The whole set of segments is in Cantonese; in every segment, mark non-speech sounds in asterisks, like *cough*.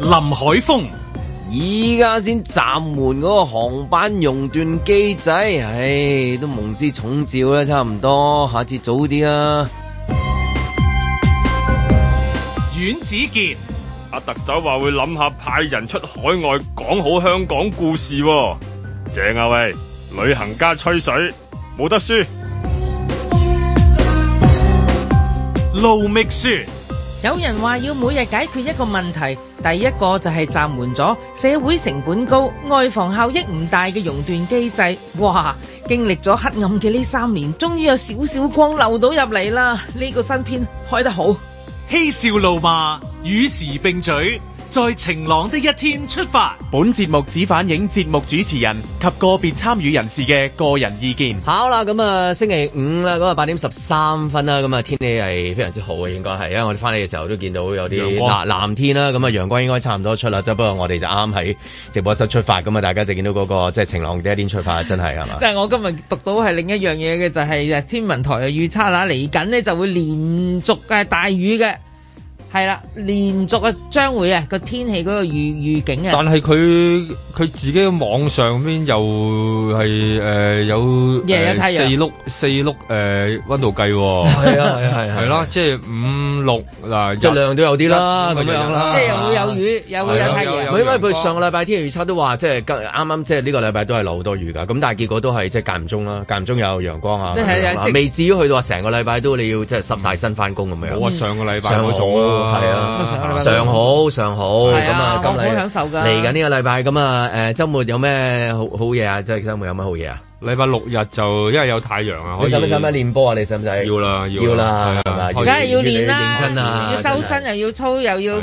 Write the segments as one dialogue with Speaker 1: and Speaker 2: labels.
Speaker 1: 林海峰、
Speaker 2: 依家先暫緩嗰個航班熔斷機制，唉，都蒙師重召啦，差唔多，下次早啲啊啦。
Speaker 1: 阮子健、
Speaker 3: 阿特首話會諗下派人出海外講好香港故事喎、正啊喂！旅行家吹水，冇得輸。
Speaker 1: 盧覓雪、
Speaker 4: 有人話要每日解決一個問題，第一個就係暫緩咗社會成本高、外防效益唔大嘅熔斷機制。哇！經歷咗黑暗嘅呢三年，終於有少少光漏到入嚟啦！呢、個新篇開得好。
Speaker 1: 嬉笑怒罵，與時並舉，在晴朗的一天出發。
Speaker 5: 本節目只反映節目主持人及個別參與人士嘅個人意見。
Speaker 2: 好啦，咁啊星期五啦，咁啊八點十三分啦，咁啊天氣係非常之好啊嘅，應該係，因為我哋翻嚟嘅時候都見到有啲
Speaker 3: 陽光
Speaker 2: 藍藍天啦，咁啊陽光應該差唔多出啦，即係不過我哋就啱喺直播室出發，咁啊大家就見到嗰個即係晴朗嘅一天出發，真係係嘛？
Speaker 4: 但係我今日讀到係另一樣嘢嘅，就係、誒天文台嘅預測啦，嚟緊呢就會連續嘅大雨嘅，係啦，連續嘅將會啊個天氣嗰個預預警啊
Speaker 6: *laughs* 但，係佢佢自己嘅網上邊又係誒、呃有
Speaker 4: 日日
Speaker 6: 呃
Speaker 4: 太陽
Speaker 6: 四碌四碌誒温度計喎，
Speaker 2: 係啊係啊係
Speaker 6: 係啦，即係五六嗱，
Speaker 2: 質量都有啲啦，
Speaker 6: 日
Speaker 2: 咁樣啦，
Speaker 4: 即係又會有雨，又會有太
Speaker 6: 係啊
Speaker 4: 陽
Speaker 6: 有。
Speaker 2: 唔係因為
Speaker 6: 陽
Speaker 2: 佢
Speaker 6: 光
Speaker 2: 上個禮拜天氣預測都話，即係今啱啱即係呢個禮拜都係落好多雨㗎，咁但係結果都係即係間唔中啦，間唔中有陽光啊，
Speaker 4: 即係
Speaker 2: 咁樣啦
Speaker 4: 即係
Speaker 2: 未至於去到話成個禮拜都你要即係濕晒身翻工咁樣。
Speaker 6: 冇啊上個禮拜
Speaker 2: 上
Speaker 6: 嗰
Speaker 2: 好
Speaker 6: 種啊，
Speaker 2: 係
Speaker 4: 上個
Speaker 2: 啊，
Speaker 4: 禮拜
Speaker 2: 上好上好
Speaker 4: 係
Speaker 2: 咁
Speaker 4: 啊
Speaker 2: 啊，今
Speaker 4: 我好
Speaker 2: 禮
Speaker 4: 享受㗎
Speaker 2: 嚟緊呢個禮拜咁啊，誒週末有咩好好嘢啊？即係週末有咩好嘢啊？
Speaker 6: 禮拜六日就因為有太陽啊，可
Speaker 2: 你
Speaker 6: 以
Speaker 2: 使唔使咩練波啊？你使唔使？
Speaker 6: 要啦
Speaker 2: 要啦，
Speaker 6: 係
Speaker 2: 係
Speaker 6: 啊
Speaker 2: 嘛？
Speaker 4: 梗係要
Speaker 2: 越嚟越
Speaker 4: 練啦，
Speaker 2: 認真啊，
Speaker 4: 要修
Speaker 2: 真係
Speaker 4: 身又要操又要
Speaker 6: 係啊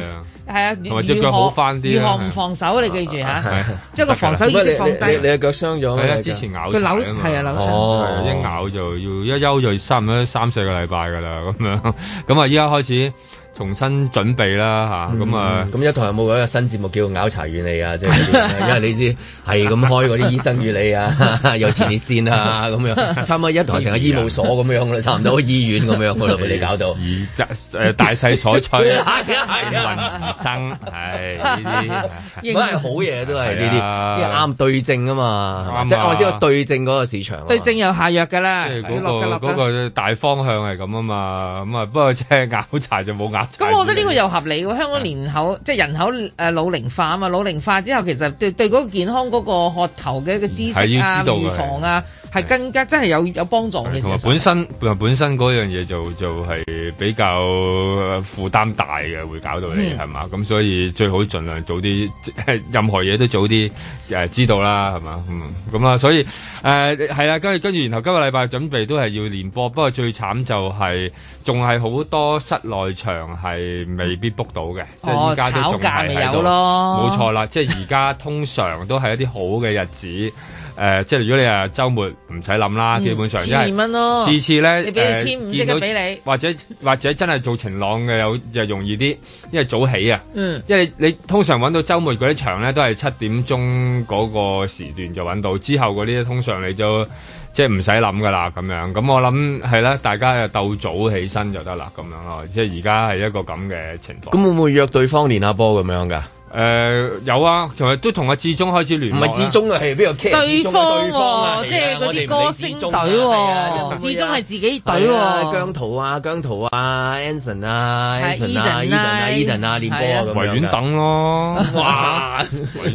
Speaker 4: 係啊，
Speaker 6: 同埋隻腳好返啲
Speaker 4: 如
Speaker 6: 啊
Speaker 4: 何唔防守？你記住
Speaker 6: 係
Speaker 4: 嚇，將個防守意
Speaker 2: 點解
Speaker 4: 識
Speaker 2: 你
Speaker 4: 放
Speaker 2: 你你你
Speaker 4: 低。
Speaker 2: 嘅腳傷咗咩
Speaker 6: 係啊，之前咬
Speaker 4: 佢扭
Speaker 6: 柴啊嘛
Speaker 4: 係啊扭親。
Speaker 2: 哦
Speaker 6: 係，一咬就要一休就差唔多三四個禮拜噶啦，咁樣咁啊，依家開始重新準備啦吓，咁啊
Speaker 2: 咁一台有冇嗰個新節目叫《咬柴與你》啊？即係嗰
Speaker 4: *laughs*
Speaker 2: 啲因為你知係咁開嗰啲醫生與你啊，有前列腺啊咁樣，差唔多一台成個醫務所咁樣啦，差唔多醫院咁樣噶啦，俾你搞
Speaker 4: *laughs*
Speaker 2: 到。
Speaker 6: 以誒大勢所趨，
Speaker 2: 係啊係啊，
Speaker 6: 問醫生係呢啲。
Speaker 2: 咁係好嘢都係呢啲，
Speaker 6: 係啊
Speaker 2: 因為啱對症啊
Speaker 6: 啱啊
Speaker 2: 嘛，即係我先話對症嗰個市場啊嘛。
Speaker 4: 對症又下藥㗎啦，
Speaker 6: 即係
Speaker 4: 落
Speaker 6: 嗰
Speaker 4: 㗎落
Speaker 6: 個嗰
Speaker 4: 㗎。
Speaker 6: 個大方向係咁啊嘛，咁啊不過即係咬柴就冇咬柴。
Speaker 4: 咁我覺得呢個又合理喎，香港年口即係人口誒老齡化啊嘛，老齡化之後其實對對嗰個健康嗰個渴求嘅一個知
Speaker 6: 係
Speaker 4: 識
Speaker 6: 要
Speaker 4: 啊、
Speaker 6: 知道嘅
Speaker 4: 預防啊，係更加真係有有幫助嘅。
Speaker 6: 同埋
Speaker 4: 事實
Speaker 6: 本身同埋本身嗰樣嘢就就係比較呃負擔大嘅，會搞到
Speaker 4: 嗯
Speaker 6: 你係嘛？咁所以最好盡量早啲， *laughs* 即係任何嘢都早啲誒知道啦，係嘛？嗯，咁啊，所以誒係啦，跟住跟住，然後今個禮拜準備都係要練波，不過最慘就係仲係好多室內場係未必 book 到嘅，即係
Speaker 4: 哦
Speaker 6: 依家都
Speaker 4: 炒
Speaker 6: 仲
Speaker 4: 價
Speaker 6: 係
Speaker 4: 咪
Speaker 6: 喺
Speaker 4: 有
Speaker 6: 度。
Speaker 4: 咯，
Speaker 6: 冇錯啦，即係而家通常都係一啲好嘅日子，誒、即係如果你係週末唔使諗啦，
Speaker 4: 嗯
Speaker 6: 基本上因
Speaker 4: 千二
Speaker 6: 為
Speaker 4: 蚊咯，
Speaker 6: 次次咧，
Speaker 4: 哦你俾佢
Speaker 6: 誒
Speaker 4: 千五
Speaker 6: 見
Speaker 4: 即
Speaker 6: 到
Speaker 4: 刻俾你
Speaker 6: 或者或者真係做晴朗嘅有就容易啲，因為早起啊，
Speaker 4: 嗯，
Speaker 6: 因為你你通常揾到週末嗰啲場咧都係七點鐘嗰個時段就揾到，之後嗰啲通常你就即係唔使諗噶啦咁樣。咁我諗係啦，大家就鬥早起身就得啦咁樣咯。即係而家係一個咁嘅情況。
Speaker 2: 咁會唔會約對方練下波咁樣
Speaker 4: 啊
Speaker 2: 㗎？
Speaker 6: 誒、有啊，同埋都同阿志忠開始聯
Speaker 2: 唔
Speaker 6: 絡啦。
Speaker 2: 係之中啊，係邊個 care
Speaker 4: 對
Speaker 2: 之中啊對方啊
Speaker 4: 方喎，即係嗰啲歌星隊喎，始終係自己隊
Speaker 2: 對啊，
Speaker 4: 喎
Speaker 2: 姜。濤啊，姜濤啊，Anson 啊
Speaker 4: 係
Speaker 2: ，Anson 啊
Speaker 4: Eden
Speaker 2: ，Eden 啊
Speaker 4: 啊
Speaker 2: ，Eden 啊，練波啊咁
Speaker 6: 維
Speaker 2: 樣
Speaker 6: 園
Speaker 2: 㗎。
Speaker 6: 等咯，
Speaker 2: 哇！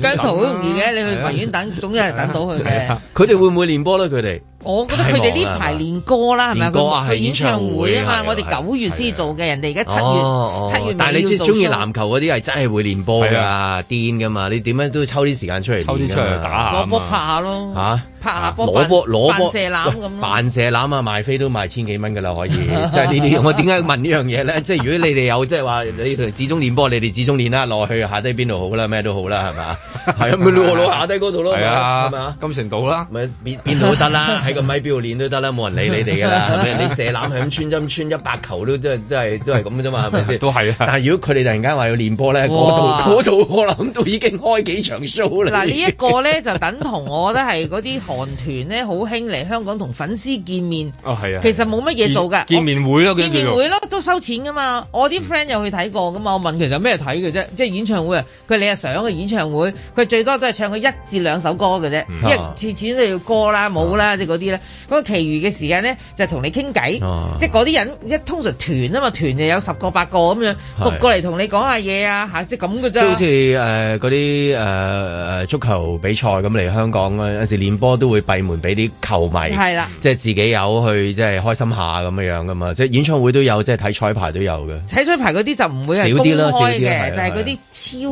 Speaker 4: 姜濤好容易嘅，你去
Speaker 6: 啊係啊
Speaker 4: 維園等，總有人等到佢
Speaker 6: 係
Speaker 4: 嘅
Speaker 6: 啊。
Speaker 2: 佢哋會唔會練波咧？佢哋
Speaker 4: 我覺得佢哋呢排練歌啦，係咪
Speaker 2: 練歌啊係
Speaker 4: 佢佢演
Speaker 2: 演
Speaker 4: 唱會啊嘛，
Speaker 2: 唱會係哦
Speaker 4: 我哋九月先做嘅，人哋而家七月七月尾
Speaker 2: 但係你
Speaker 4: 要
Speaker 2: 知
Speaker 4: 做
Speaker 2: 中意
Speaker 4: show
Speaker 2: 籃球嗰啲係真係會練波
Speaker 6: 係啊
Speaker 2: 㗎，癲㗎嘛！你點樣都要抽啲時間出嚟練㗎嘛，
Speaker 6: 抽啲出嚟打下啊
Speaker 4: 攞波
Speaker 6: 嘛
Speaker 4: 拍下咯，
Speaker 2: 嚇
Speaker 4: 拍下波
Speaker 2: 啊攞波攞波
Speaker 4: 扮射籃咁咯。
Speaker 2: *laughs* 扮射籃啊賣飛都賣千幾蚊㗎啦，可以。 *laughs* 即係呢啲，我點解問呢樣 *laughs* 嘢咧？即係如果你哋有即係話你同始終練波，你哋始終練啦，落去下低邊度好啦，咩都好啦，係嘛？係啊，咪攞攞下低嗰度咯，
Speaker 6: 係
Speaker 2: 係咪
Speaker 6: 啊
Speaker 2: 啊，？
Speaker 6: 金城道啦。
Speaker 2: 咪邊邊度都得
Speaker 4: *laughs*
Speaker 2: 啦，喺個咪邊度練都得啦，冇人理你哋㗎啦，係咪？你射籃係咁穿針穿一百球都都係都係都係咁啫嘛，係咪
Speaker 4: *laughs*
Speaker 2: 先？
Speaker 6: 都係啊
Speaker 2: 但係如果佢哋突然間話要練波咧，嗰
Speaker 4: 哇
Speaker 2: 度嗰度我諗都已經開幾場 show 啦。
Speaker 4: 嗱呢一個咧就等同我覺得係嗰啲荷韓團咧好興嚟香港同粉絲見面，
Speaker 6: 哦係啊，
Speaker 4: 其實冇乜嘢做㗎
Speaker 6: 見見面會咯，
Speaker 4: 見
Speaker 6: 跟住
Speaker 4: 面
Speaker 6: 叫做
Speaker 4: 會咯，都收錢噶嘛。我
Speaker 2: 嗯
Speaker 4: 啲 friend 又去睇過噶嘛。我問其實咩睇嘅啫，即係演唱會啊。佢你係想嘅演唱會，佢最多都係唱佢一至兩首歌嘅啫，
Speaker 2: 嗯啊
Speaker 4: 因為次次都要歌啦、舞啦，即係嗰啲咧。咁啊其餘嘅時間咧就係同你傾偈，
Speaker 2: 啊
Speaker 4: 即係嗰啲人一通常團啊嘛，團就有十個八個咁樣，
Speaker 2: 係
Speaker 4: 逐個嚟同你講下嘢啊，嚇即係咁嘅
Speaker 2: 即係好似
Speaker 4: 啫。
Speaker 2: 誒嗰啲誒誒足球比賽咁嚟香港嗰陣時練波都會閉門俾啲球迷，
Speaker 4: 係啦
Speaker 2: 即係自己有去即係開心下咁樣樣噶嘛，即係演唱會都有，即係睇彩排都有嘅。
Speaker 4: 睇彩排嗰啲就唔會係
Speaker 2: 少
Speaker 4: 公
Speaker 2: 啲啦
Speaker 4: 開
Speaker 2: 少啲啦係
Speaker 4: 嘅，
Speaker 2: 啊
Speaker 4: 就係嗰啲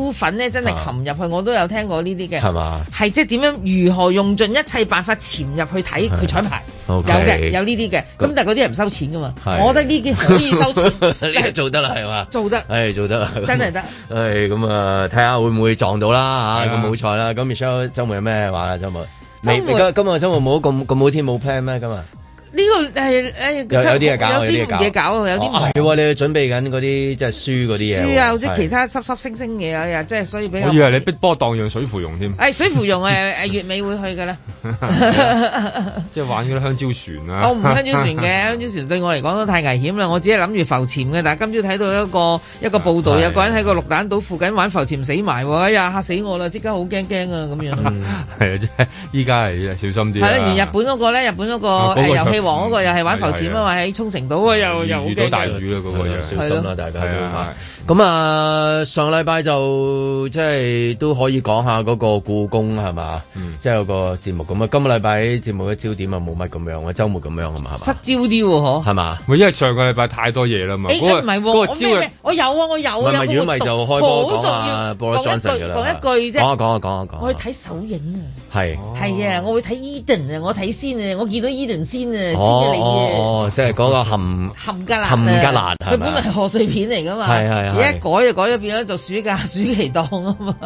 Speaker 4: 超粉咧，真係
Speaker 2: 啊
Speaker 4: 擒入去，我都有聽過呢啲嘅。
Speaker 2: 係嘛
Speaker 4: 係即係點樣如何用盡一切辦法潛入去睇佢彩排，有
Speaker 2: OK
Speaker 4: 嘅有呢啲嘅，咁但係嗰啲人唔收錢噶嘛，
Speaker 2: 係
Speaker 4: 我覺得呢啲可以收錢，
Speaker 2: *laughs*
Speaker 4: 真係
Speaker 2: 做得啦，係嘛？
Speaker 4: 做得
Speaker 2: 唉，做得啦，
Speaker 4: 真係得。
Speaker 2: *laughs* 唉，咁啊，睇下會唔會撞到啦
Speaker 6: 係
Speaker 2: 嚇，
Speaker 6: 啊
Speaker 2: 咁好彩啦。咁 Michelle 週末有咩玩啊？週末
Speaker 4: 週
Speaker 2: 你
Speaker 4: 末
Speaker 2: 你今今日週末冇咁咁好天冇 plan 咩？今日
Speaker 4: 呢個係誒
Speaker 2: 有有啲嘢搞，
Speaker 4: 有啲嘢搞，有啲
Speaker 2: 哦係
Speaker 4: 忙
Speaker 2: 喎，你去準備緊嗰啲即係書嗰啲嘢喎。
Speaker 4: 書啊，或者
Speaker 2: 係
Speaker 4: 其他濕濕星星嘢啊，又即係所以比較
Speaker 6: 我以。為你逼波盪漾水芙蓉添，
Speaker 4: 誒水芙蓉啊 *laughs* 誒誒月尾會去㗎啦，
Speaker 6: 即係玩嗰啲香蕉
Speaker 4: *laughs*
Speaker 6: 船
Speaker 4: 我
Speaker 6: 啊。
Speaker 4: 哦唔香蕉船嘅， *laughs* 香蕉船對我嚟講都太危險啦，我只係諗住浮潛嘅，但係今朝睇到一個一個報道，
Speaker 2: 係
Speaker 4: 有個人喺個綠蛋島附近玩浮潛死埋喎，哎呀嚇死我啦，即刻好驚驚啊
Speaker 2: *laughs*
Speaker 4: 咁樣。
Speaker 6: *laughs*
Speaker 2: 嗯
Speaker 6: 係啊，即係依家係小心
Speaker 2: 啊
Speaker 6: 啲啊
Speaker 4: 係
Speaker 6: 啦。
Speaker 4: 啦，而日本嗰個咧，日本嗰個
Speaker 6: 啊嗰個
Speaker 4: 誒
Speaker 6: 就
Speaker 4: 遊戲王嗰
Speaker 2: 嗯
Speaker 4: 個又係玩浮潛啊嘛，喺沖繩島啊，又
Speaker 6: 遇
Speaker 4: 又好
Speaker 6: 遇到
Speaker 4: 驚
Speaker 6: 大
Speaker 4: 嘅。
Speaker 6: 雨啦，嗰個
Speaker 2: 係
Speaker 6: 又
Speaker 2: 啊小
Speaker 6: 係
Speaker 2: 心啦，大家都
Speaker 6: 啊。
Speaker 2: 咁啊，上禮拜就即係都可以講下嗰個故宮係嘛，
Speaker 6: 嗯
Speaker 2: 即係有個節目咁啊。今個禮拜節目嘅焦點啊冇乜咁樣啊，週末咁樣啊嘛係
Speaker 4: 失
Speaker 2: 嘛，
Speaker 4: 焦啲喎，嗬。
Speaker 2: 係嘛？
Speaker 6: 咪因為上個禮拜太多嘢啦嘛，
Speaker 4: 誒，
Speaker 6: 嗰個
Speaker 4: 唔係喎，
Speaker 6: 嗰
Speaker 4: 我
Speaker 6: 個
Speaker 4: 咩
Speaker 6: 朝
Speaker 4: 咩，我有啊，我有
Speaker 2: 唔
Speaker 4: 啊，
Speaker 2: 係，如果唔係就開波講下
Speaker 4: 好
Speaker 2: Boris
Speaker 4: 重
Speaker 2: Johnson
Speaker 4: 要。講
Speaker 2: 㗎
Speaker 4: 一句，
Speaker 2: 啦，哦講下
Speaker 4: 講一句啫。
Speaker 2: 講下講下講下。
Speaker 4: 我去睇首映啊，
Speaker 2: 係。
Speaker 4: 係啊，我會睇 Eden 啊，我睇先啊，我見到 Eden 先啊，
Speaker 2: 哦
Speaker 4: 先啊你啊。
Speaker 2: 哦哦，即係嗰
Speaker 4: *laughs*
Speaker 2: 個含
Speaker 4: 冚家
Speaker 2: 冚
Speaker 4: 爛，
Speaker 2: 家辣係
Speaker 4: 佢
Speaker 2: 咪啊
Speaker 4: 本來係賀歲片嚟噶嘛，
Speaker 2: 係係係
Speaker 4: 而家改就改咗變咗做暑假 *laughs* 暑期檔啊嘛，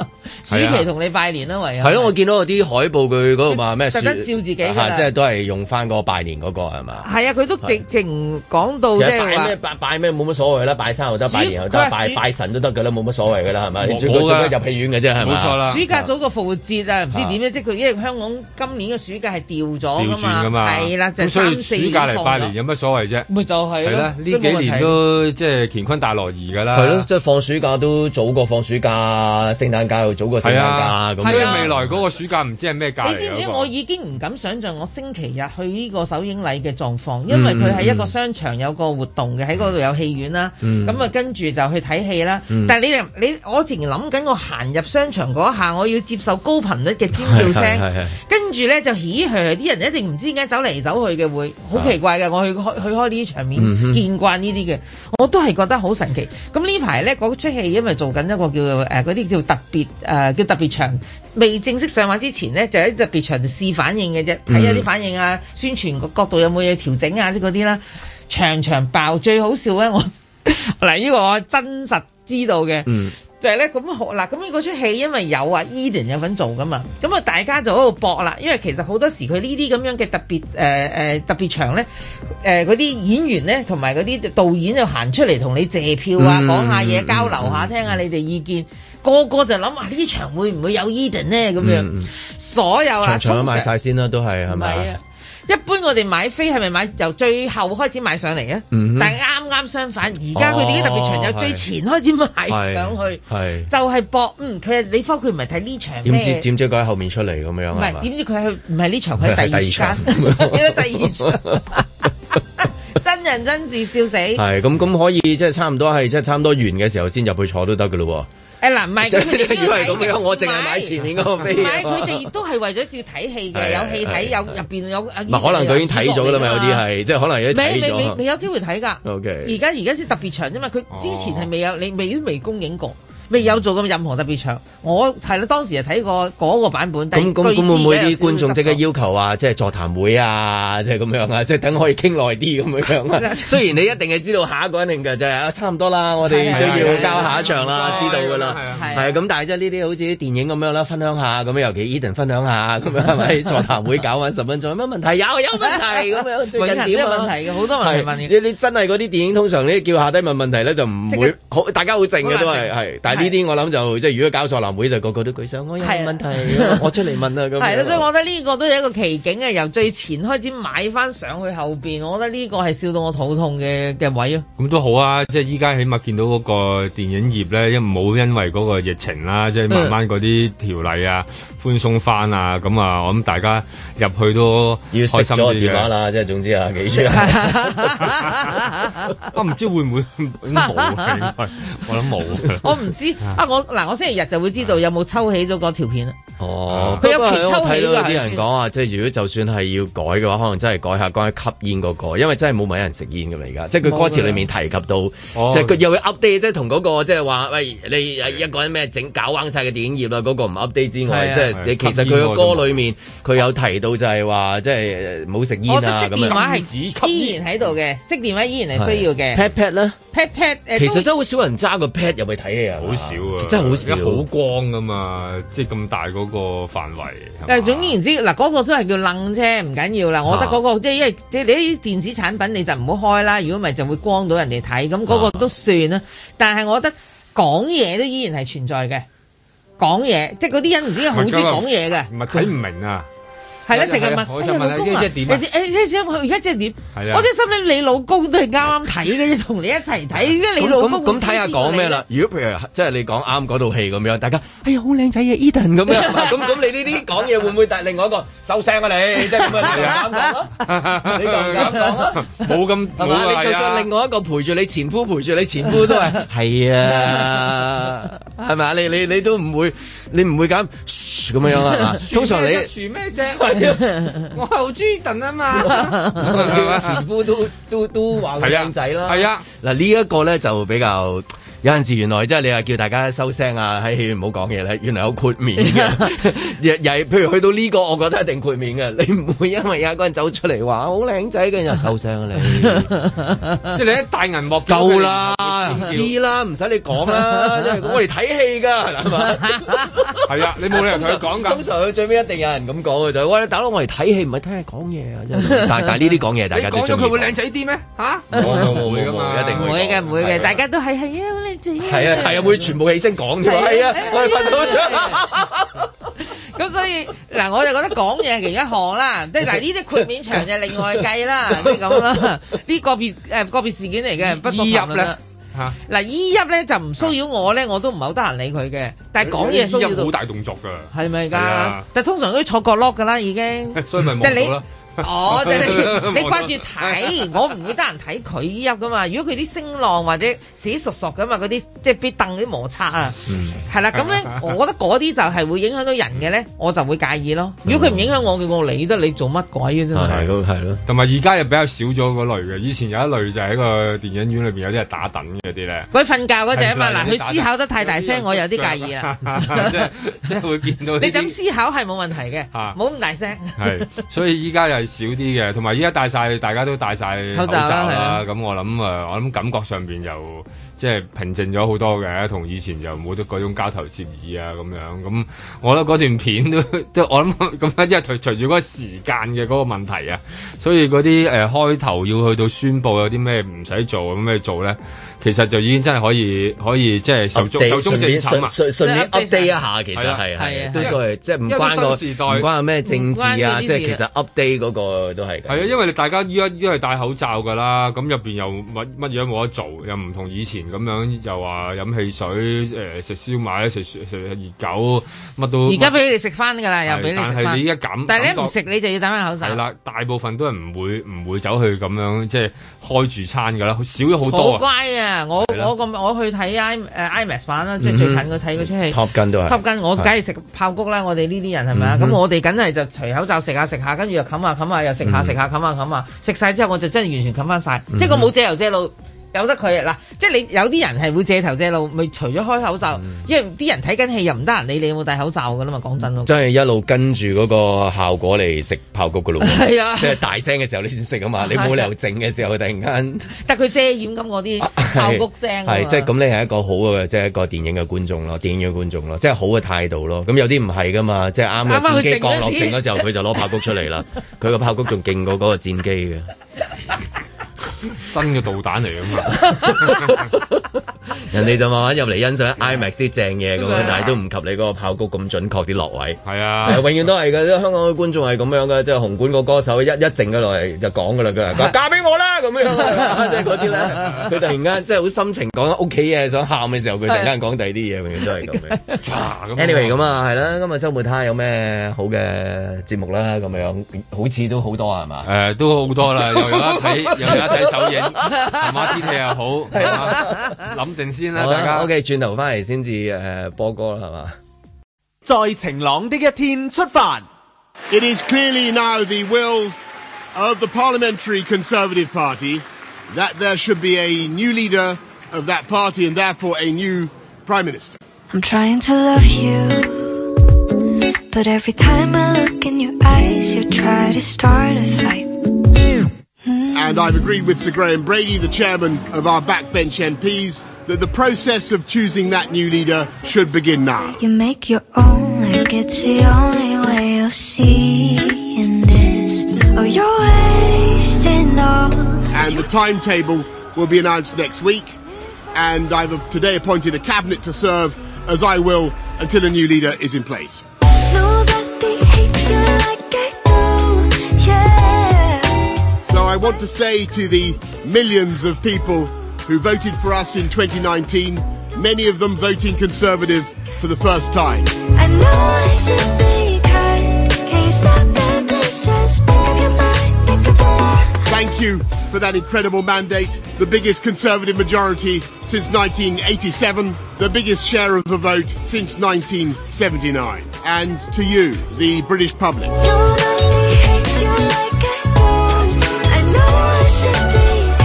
Speaker 4: 暑
Speaker 6: 係啊
Speaker 4: 期同你拜年啦，唯有
Speaker 2: 係咯，我見到有啲海報佢嗰度話咩？
Speaker 4: 特登笑自己㗎啦
Speaker 2: 啊即係都係用翻個拜年嗰個係嘛？
Speaker 4: 係啊，佢都直情講到
Speaker 2: 其
Speaker 4: 即
Speaker 2: 實
Speaker 4: 係
Speaker 2: 拜
Speaker 4: 話
Speaker 2: 咩。拜拜咩冇乜所謂啦，拜山又得，
Speaker 4: 鼠
Speaker 2: 拜年又得，
Speaker 4: 佢話
Speaker 2: 拜
Speaker 4: 鼠
Speaker 2: 拜神都得㗎啦，冇乜所謂㗎啦，係咪？你最
Speaker 6: 冇
Speaker 2: 多
Speaker 6: 㗎
Speaker 2: 最多入戲院嘅啫，係咪？
Speaker 6: 冇錯啦。
Speaker 4: 暑假早個復活節啊，唔知點咧，即係佢因為香港今年嘅暑假係調咗
Speaker 6: 調
Speaker 4: 噶
Speaker 6: 轉噶嘛，
Speaker 4: 嘛，係啦，就
Speaker 6: 咁所以
Speaker 4: 三四
Speaker 6: 暑假嚟拜年
Speaker 4: 月
Speaker 6: 有乜所謂啫？
Speaker 4: 放咗咪就係
Speaker 6: 係
Speaker 4: 咯
Speaker 6: 啦，呢幾年都即係乾坤大挪移㗎啦。
Speaker 2: 係咯，即係放暑假都早過放暑假，聖誕假又早過聖誕
Speaker 6: 係啊，
Speaker 2: 假
Speaker 6: 咁
Speaker 2: 咁
Speaker 6: 所以
Speaker 2: 樣。
Speaker 6: 未來嗰個暑假唔知係咩假嚟
Speaker 4: 你
Speaker 6: 㗎
Speaker 4: 知唔
Speaker 6: 嗰
Speaker 4: 知
Speaker 6: 個
Speaker 4: 我已經唔敢想像我星期日去呢個首映禮嘅狀況，因為
Speaker 6: 嗯
Speaker 4: 佢喺一個商場有個活動嘅，喺嗰度有戲院啦，
Speaker 6: 嗯
Speaker 4: 咁啊跟住就去睇戲啦。但係你你我之前諗緊我行入商場嗰下，我要接受高頻率
Speaker 6: *laughs*
Speaker 4: 嘅尖叫
Speaker 2: 係係係係
Speaker 4: 聲，跟住咧就起嘘，啲人一定唔知點解走嚟走去嘅會，好奇怪嘅。我去開去開呢啲場面，見慣呢啲嘅，我都係覺得好神奇。咁呢排咧嗰出戲因為做緊一個叫做誒嗰啲叫特別誒、呃叫特別場。未正式上畫之前呢，就喺特別場試反應嘅啫，睇下啲反應啊，宣傳個角度有冇嘢調整啊，即嗰啲啦，場場爆最好笑咧！我 *laughs* 嗱呢個我真實知道嘅，
Speaker 2: 嗯
Speaker 4: 就係咧咁好嗱，咁嗰出戲因為有啊 Eden 有份做噶嘛，咁啊大家就喺度搏啦，因為其實好多時佢呢啲咁樣嘅特別誒誒、呃特別場咧，誒嗰啲演員咧同埋嗰啲導演就行出嚟同你借票啊，
Speaker 2: 嗯
Speaker 4: 講下嘢交流下，聽下你哋意見。個個就諗啊，呢場會唔會有 Eden 呢？咁樣、所有啦，
Speaker 2: 嗯場場都啊
Speaker 4: 通常
Speaker 2: 買晒先啦，都係係
Speaker 4: 唔係
Speaker 2: 咪
Speaker 4: 啊？一般我哋買飛係咪買由最後開始買上嚟啊？
Speaker 2: 嗯
Speaker 4: 但係啱啱相反，而家佢哋啲特別場由最前開始買
Speaker 2: 哦係
Speaker 4: 上去，
Speaker 2: 係
Speaker 4: 就係搏嗯，佢係你科佢唔係睇呢場
Speaker 2: 點知
Speaker 4: 咩？
Speaker 2: 點知佢喺後面出嚟咁樣
Speaker 4: 唔
Speaker 2: 係
Speaker 4: 係
Speaker 2: 嘛？
Speaker 4: 點知佢係唔係呢場？佢係第二場，
Speaker 2: 係
Speaker 4: 係啦第二場， *laughs* 真人真事笑死。誒
Speaker 2: 係咁咁可以即係差唔多係即係差唔多完嘅時候先入去坐都得㗎咯
Speaker 4: 嗱，唔係
Speaker 2: 喎。即
Speaker 4: 佢哋
Speaker 2: 係
Speaker 4: 都要
Speaker 2: 以為
Speaker 4: 睇
Speaker 2: 咁
Speaker 4: 嘅
Speaker 2: 樣，我淨係
Speaker 4: 唔
Speaker 2: 買
Speaker 4: 係
Speaker 2: 前面嗰個飛
Speaker 4: 唔
Speaker 2: 啊。
Speaker 4: 係，佢哋都係為咗照睇
Speaker 2: 係
Speaker 4: 戲嘅，有戲
Speaker 2: 係
Speaker 4: 睇，有入邊
Speaker 2: *laughs*
Speaker 4: 有。
Speaker 2: 唔係可能佢已經睇咗㗎啦嘛，有啲係即係可能已經
Speaker 4: 未。
Speaker 2: 睇
Speaker 4: 未未未
Speaker 2: 咗。啊
Speaker 4: 有機會睇㗎。
Speaker 2: OK 哦
Speaker 4: 而家而家先特別場啫嘛，佢之前係未有，你未都未公映過，未有做過任何特別場。我係啦，當時係睇過嗰個版本。但
Speaker 2: 咁
Speaker 4: 係
Speaker 2: 咁
Speaker 4: 據
Speaker 2: 咁會
Speaker 4: 知
Speaker 2: 唔會啲
Speaker 4: 而家有
Speaker 2: 觀眾即刻
Speaker 4: 少少執
Speaker 2: 要求啊，即係座談會啊，即係咁樣啊，即係等可以傾耐啲咁樣
Speaker 4: *laughs*
Speaker 2: 啊？雖然你一定係知道下一個一定嘅就係啊，差唔多啦，我哋
Speaker 4: 係啊
Speaker 2: 都
Speaker 4: 係
Speaker 2: 要
Speaker 4: 啊
Speaker 2: 交下一場啦，知
Speaker 6: 係啊
Speaker 2: 道㗎啦
Speaker 6: 係啊。
Speaker 4: 係啊
Speaker 2: 係啊咁，但係即係呢啲好似啲電影咁樣啦，分享下咁樣，尤其 Eden 分享下咁樣係
Speaker 4: *laughs*
Speaker 2: 咪？座談會搞翻十分鐘，有乜問題？有有問題咁樣，最近點
Speaker 4: 永恆都有
Speaker 2: 啊
Speaker 4: 問
Speaker 2: *laughs*
Speaker 4: 題嘅，好多問題問嘅。
Speaker 2: 你你真係嗰啲電影通常呢叫下低問問題咧就唔
Speaker 4: 即
Speaker 2: 會
Speaker 4: 刻
Speaker 2: 好，大家好靜嘅都
Speaker 4: 好
Speaker 2: 係
Speaker 4: 冷靜
Speaker 2: 係，但係呢啲我諗就即係如果搞索林會就個個都舉手，我有
Speaker 4: 係啊 *laughs*
Speaker 2: 問題，我出嚟問啦咁樣。
Speaker 4: 係啦，所以我覺得呢個都係一個奇景啊！由最前開始買翻上去後邊，我覺得呢個係笑到我肚痛嘅嘅
Speaker 2: *laughs*
Speaker 4: 位啊！
Speaker 6: 咁都好啊！即係依家起碼見到嗰個電影業咧，因冇因為嗰個疫情啦，
Speaker 2: 嗯
Speaker 6: 即係慢慢嗰啲條例啊寬鬆翻啊，咁啊，我諗大家入去都
Speaker 2: 要
Speaker 6: 開
Speaker 2: 熄
Speaker 6: 心
Speaker 2: 咗個
Speaker 6: 啲
Speaker 2: 電話
Speaker 6: 嘅。
Speaker 2: 啦，即係總之啊，記住啊。
Speaker 6: 啊，唔知會唔會 *laughs* 冇啊？應該我
Speaker 2: *laughs*
Speaker 6: 諗冇啊。
Speaker 4: 我唔知啊，我嗱我星期日就會知道有冇抽起咗嗰條片啊！
Speaker 2: 哦，
Speaker 4: 佢
Speaker 2: 不
Speaker 4: 有
Speaker 2: 過
Speaker 4: 期
Speaker 2: 我
Speaker 4: 抽起
Speaker 2: 睇
Speaker 4: 㗎
Speaker 2: 到有
Speaker 4: 係
Speaker 2: 啲人講話，即係如果就算係要改嘅話，可能真係改下關於吸煙嗰、個，因為真係冇乜人食煙㗎嘛而家，即係佢歌詞裡面提及到，
Speaker 6: 哦
Speaker 2: 即係佢又會 update，即係同嗰個即係話，喂，你一個人咩整搞彎晒嘅電影業啦，嗰、個唔 update 之
Speaker 4: 係
Speaker 2: 外，
Speaker 4: 啊
Speaker 2: 即係你其實佢嘅歌裡面佢有提到就係話，即係冇食煙
Speaker 4: 我覺得
Speaker 2: 啊
Speaker 4: 熄
Speaker 2: 咁
Speaker 4: 電
Speaker 2: 樣。
Speaker 4: 話係依然喺度嘅，熄電話依然係需要嘅。
Speaker 2: pat pat 咧，
Speaker 4: pat pat 誒，
Speaker 2: 其實
Speaker 4: 都
Speaker 2: 真係好少人揸個 pat 入去睇戲啊，
Speaker 6: 好少啊！
Speaker 2: 真係好少
Speaker 6: 因為好光噶嘛，即係咁大嗰個範圍。
Speaker 4: 誒總言之，嗱嗰個都係叫楞啫，唔緊
Speaker 6: 啊
Speaker 4: 要啦。我覺得嗰個即係因為即係你啲電子產品你就唔好開啦，如果唔係就會光到人哋睇，咁
Speaker 6: 啊
Speaker 4: 嗰個都算啦。但係我覺得講嘢都依然係存在嘅，講嘢即係嗰啲人唔知好中意講嘢嘅，
Speaker 6: 唔係睇唔明啊！
Speaker 4: 係啦，成日
Speaker 6: 係啊
Speaker 4: 問
Speaker 6: 我
Speaker 4: 哎
Speaker 6: 想
Speaker 4: 呀
Speaker 6: 問
Speaker 4: 老公啊，
Speaker 6: 即係點啊
Speaker 4: 你誒即係佢而家即係點？
Speaker 6: 係啊
Speaker 4: 我真係心諗你老公都係啱啱睇嘅，同你一齊睇，因為你
Speaker 2: 咁
Speaker 4: 老
Speaker 2: 咁咁
Speaker 4: 公
Speaker 2: 睇下講咩啦？？如果譬如即係你講啱嗰套戲咁樣，大家哎呀好靚仔嘅 Eden 咁樣，係 *laughs* 嘛咁咁你呢啲講嘢會唔會帶另外一個收聲啊你？即係咁啊，你又啱講 *laughs* 咯， *laughs* 你就唔敢講咯。
Speaker 6: *laughs* 冇咁
Speaker 2: 係
Speaker 6: 冇
Speaker 2: 嘛？
Speaker 6: 啊！
Speaker 2: 你就算另外一個陪住你前夫，陪住你前夫都 *laughs* 係係啊，係咪啊？你你你都唔會，你唔會咁噓咁樣啊 *laughs* 係嘛？通常你
Speaker 6: 樹咩啫？
Speaker 2: *laughs*
Speaker 6: 我後朱頓啊 *laughs* 嘛，
Speaker 2: 前夫都都都話佢
Speaker 6: 係啊
Speaker 2: 靚仔啦，
Speaker 6: 係啊。
Speaker 2: 嗱呢一個咧就比較。有陣時原來即係你話叫大家收聲啊，喺戲院唔好講嘢咧，原來有豁免
Speaker 6: *laughs*
Speaker 2: 嘅，又又係譬如去到呢個，我覺得一定豁免嘅，你唔會因為有一個人走出嚟話好靚仔嘅，又收聲啊你，
Speaker 6: 即係你喺大銀幕
Speaker 2: 夠啦，知啦，唔使你講
Speaker 6: *laughs*
Speaker 2: 啦，因為我哋睇戲㗎，係嘛？
Speaker 6: 係啊，你冇理由同佢
Speaker 2: 通
Speaker 6: 講㗎。
Speaker 2: 常佢最尾一定有人咁講嘅就係，喂，大佬我哋睇戲唔係聽你講嘢啊，真係但但係呢啲講嘢大
Speaker 6: 你
Speaker 2: 家都
Speaker 6: 講咗
Speaker 2: 中意
Speaker 6: 佢會
Speaker 2: 講。
Speaker 6: 靚仔啲咩？嚇，
Speaker 2: 冇冇冇
Speaker 6: 會㗎嘛
Speaker 2: 冇，一定
Speaker 4: 唔會嘅，唔會
Speaker 2: 係
Speaker 4: 嘅，
Speaker 2: 啊
Speaker 4: 大家都係係啊，你最
Speaker 2: 係啊係啊，會全部起聲講嘅。係啊，我哋拍手掌。
Speaker 4: 哎 *laughs* 咁所以嗱，我就覺得講嘢係其中一項啦，即係嗱呢啲豁免場
Speaker 2: *laughs*
Speaker 4: 就另外計啦，即係咁啦。呢個別誒個別事件嚟嘅，不作
Speaker 6: 醫
Speaker 4: 談
Speaker 6: 入
Speaker 4: 論
Speaker 6: 咧
Speaker 4: 啦。
Speaker 6: 嚇，
Speaker 4: 嗱，依一咧就唔騷擾我咧，我都唔係好得閒理佢嘅。但係講嘢騷擾
Speaker 6: 入好
Speaker 4: 到
Speaker 6: 大動作㗎， *laughs*
Speaker 4: 係咪
Speaker 6: 係
Speaker 4: 㗎
Speaker 6: 啊？
Speaker 4: 但係通常都坐角落㗎啦，已經。
Speaker 6: 所以咪
Speaker 4: 但係
Speaker 6: 冇
Speaker 4: 你
Speaker 6: 到啦。
Speaker 4: 哦，即係你你
Speaker 6: 望
Speaker 4: 關
Speaker 6: 到
Speaker 4: 注睇，我唔會得閒睇佢依入噶嘛。如果佢啲聲浪或者屎索索噶嘛，啊嗰啲即係俾凳啲摩擦啊，係啦。咁咧，我覺得嗰啲就係會影響到人嘅咧，我就會介意咯。如果佢唔影響我嘅，我理得你做乜鬼嘅啫嘛。
Speaker 2: 係咯，係咯。
Speaker 6: 同埋而家又比較少咗嗰類嘅，以前有一類就喺個電影院裏邊有啲係打等嗰啲咧。
Speaker 4: 佢瞓覺嗰隻啊嘛，
Speaker 6: 係啦
Speaker 4: 嗱，佢
Speaker 6: 有啲打
Speaker 4: 思考得太大
Speaker 6: *laughs*
Speaker 4: 聲，我有啲介意啦。
Speaker 6: 啦。即係即係會見到呢啲
Speaker 4: 你就咁思考係冇問題嘅，
Speaker 6: 嚇
Speaker 4: 冇咁大聲。
Speaker 6: *laughs* 係，所以依家又係少啲嘅，同埋依家戴晒，大家都戴晒
Speaker 4: 口
Speaker 6: 口
Speaker 4: 罩
Speaker 6: 罩
Speaker 4: 啦啊
Speaker 6: 啦。咁我諗誒，呃我諗感覺上邊又即係平靜咗好多嘅，同以前又冇得嗰種交頭接耳啊咁樣。咁我覺得嗰段片都 *laughs* 即係我諗咁樣，因為隨隨住嗰個時間嘅嗰個問題啊，所以嗰啲誒開頭要去到宣佈有啲咩唔使做，有咩做咧，其實就已經真係可以可以即係壽終壽終
Speaker 2: 順
Speaker 6: 正
Speaker 2: 便
Speaker 6: 寢
Speaker 2: 順
Speaker 6: 啊！
Speaker 2: 順順便 update 一下，其實
Speaker 6: 係啊
Speaker 2: 係
Speaker 4: 係
Speaker 2: 係
Speaker 4: 啊
Speaker 2: 都所謂即係唔關
Speaker 6: 因
Speaker 2: 個
Speaker 6: 為新時代
Speaker 2: 唔關咩政治
Speaker 4: 唔關呢
Speaker 2: 啊，
Speaker 4: 啲
Speaker 2: 即
Speaker 4: 事
Speaker 2: 係其實 update 嗰個都係㗎。
Speaker 6: 係啊，因為你大家依家依家係戴口罩㗎啦，咁入邊又乜乜嘢都冇得做，又唔同以前咁樣，又話飲汽水、誒、食燒賣、食食食熱狗，乜都。
Speaker 4: 而家俾你食翻㗎啦，又
Speaker 6: 係
Speaker 4: 俾你食
Speaker 6: 但係
Speaker 4: 翻
Speaker 6: 你。一減，
Speaker 4: 但係你一唔
Speaker 6: 減
Speaker 4: 食你就要戴翻口
Speaker 6: 多
Speaker 4: 罩
Speaker 6: 係。啦，大部分都係唔會唔會走去咁樣即係開住餐㗎啦，少咗好
Speaker 4: 好
Speaker 6: 多啊。
Speaker 4: 乖啊！我
Speaker 6: 係啦
Speaker 4: 我個我去睇 I 誒 IMAX 版啦，即係最近我睇嗰出戲。
Speaker 2: Top Gun 都嗯係
Speaker 4: 吸筋，我梗係食爆谷啦！我哋呢啲人係咪啊？咁我哋梗係就除口罩食下食下，跟住又冚下冚下，又食下食下冚下冚下，食晒之後我就真係完全冚翻晒，即係我冇借油借路。由得佢啊！嗱，即係你有啲人係會借頭借路，咪除咗開口罩，因為啲人睇緊戲又唔得閒理你有冇戴口罩噶啦嘛。講真咯，
Speaker 2: 真係一路跟住嗰個效果嚟食爆谷㗎咯喎。
Speaker 4: 係啊
Speaker 2: 即係大聲嘅時候你先食啊嘛，你冇理由靜嘅時候突然間。
Speaker 4: 但佢遮掩咁嗰啲 *laughs* 爆谷聲啊嘛
Speaker 2: 係即係咁，你係一個好嘅，即係一個電影嘅觀眾咯，電影嘅觀眾咯，即係好嘅態度咯。咁有啲唔係噶嘛，即係啱
Speaker 4: 啱啱
Speaker 2: 嘅戰
Speaker 4: 佢
Speaker 2: 機
Speaker 4: 靜嗰
Speaker 2: 降落
Speaker 4: 時
Speaker 2: 靜嗰時候，佢就攞炮谷出嚟
Speaker 4: *laughs*
Speaker 2: 啦。佢個炮谷仲勁過嗰個戰機嘅。
Speaker 4: *laughs*
Speaker 6: 新嘅導彈嚟㗎嘛，
Speaker 2: 人哋就慢慢入嚟欣
Speaker 4: *laughs*
Speaker 2: 賞 IMAX 啲正嘢咁
Speaker 4: 啊
Speaker 2: 樣，但係都唔及你嗰個炮谷咁準確啲落位。
Speaker 6: 係啊
Speaker 2: 係，永遠都係嘅，香港嘅觀眾係咁樣嘅，即係紅館個歌手一一靜嘅落嚟就講嘅啦，佢
Speaker 4: *laughs*
Speaker 2: 話嫁俾我啦咁啊樣，即係嗰啲咧，佢突然間即係好心情講屋企嘢想喊嘅時候，佢突然間講第二啲嘢，永遠都係咁樣。
Speaker 6: *laughs* 咁
Speaker 2: anyway 咁啊，係啦，今日周末睇下有咩好嘅節目啦，咁樣好似都好多啊係嘛？
Speaker 6: 誒都好多啦，又有得睇，又有得
Speaker 2: *laughs*
Speaker 6: 睇首映，係嘛天氣又好，係嘛諗定先啦，
Speaker 2: 好
Speaker 6: 大
Speaker 2: 啦
Speaker 6: 家。
Speaker 2: ，OK，轉頭翻嚟先至誒播歌啦，係嘛？
Speaker 5: 在晴朗的一天出發。
Speaker 7: It is clearly now the will of the Parliamentary Conservative Party that there should be a new leader of that party and therefore a new Prime Minister.
Speaker 8: I'm trying to love you. But every time I look in your eyes, you try to start a fight.
Speaker 7: And I've agreed with Sir Graham Brady, the chairman of our backbench MPs, that the process of choosing that new leader should begin now.
Speaker 8: You make your own, like it's the only way of seeing this. Oh, you're wasting all.
Speaker 7: And the timetable will be announced next week. And I've uh, today appointed a cabinet to serve, as I will, until a new leader is in place.
Speaker 8: Nobody hates you like I do, yeah.
Speaker 7: So I want to say to the millions of people who voted for us in 2019, many of them voting Conservative for the first time,
Speaker 8: I know I should be kind. Can you stop that, please? Just make up your mind, make up your mind.
Speaker 7: thank you for that incredible mandate, the biggest Conservative majority since 1987, the biggest share of the vote since 1979. And to you, the British public.
Speaker 8: Nobody hates you like I do. I know I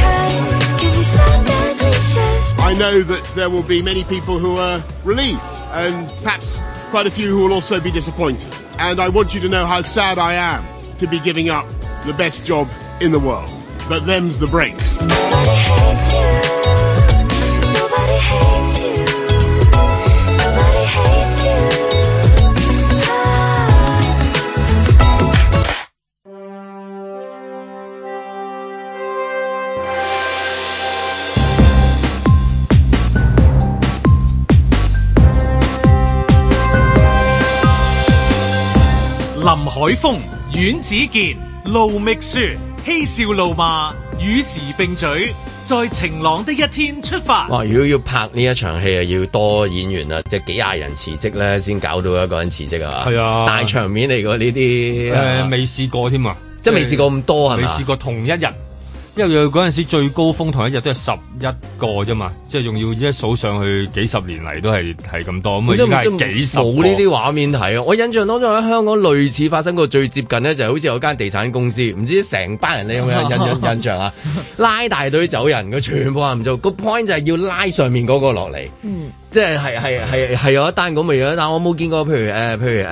Speaker 8: should be kind. Can you stop that, please? Just
Speaker 7: I know that there will be many people who are relieved and perhaps quite a few who will also be disappointed. And I want you to know how sad I am to be giving up the best job in the world. But them's the breaks.
Speaker 8: nobody hates you. Nobody hates you. Nobody hates you. Ah.
Speaker 1: 林海峰、阮子健、盧覓雪，嬉笑怒罵，與時並舉，在晴朗的一天出發。
Speaker 2: 哇！哦如果要拍呢一場戲啊，要多演員啊，即係幾廿人辭職咧，先搞到一個人辭職啊！
Speaker 6: 係啊
Speaker 2: 大場面嚟㗎呢啲，
Speaker 6: 誒未試過添啊，
Speaker 2: 即係未試過咁多係
Speaker 6: 未
Speaker 2: 嘛
Speaker 6: 試？過同一日，因為嗰陣時最高峰同一日都係十一個啫嘛，即係仲要一數上去幾十年嚟都係係咁多，咁
Speaker 2: 即
Speaker 6: 啊而家
Speaker 2: 係
Speaker 6: 係幾十個，
Speaker 2: 冇呢啲畫面睇啊！我印象當中喺香港類似發生過最接近呢，就係好似有間地產公司，唔知成班人你有冇印印印象啊？拉大隊走人，佢全部話唔做，個 point 就係要拉上面嗰個落嚟。即係係係係係有一單咁嘅樣，但我冇見過，譬如誒、呃譬如誒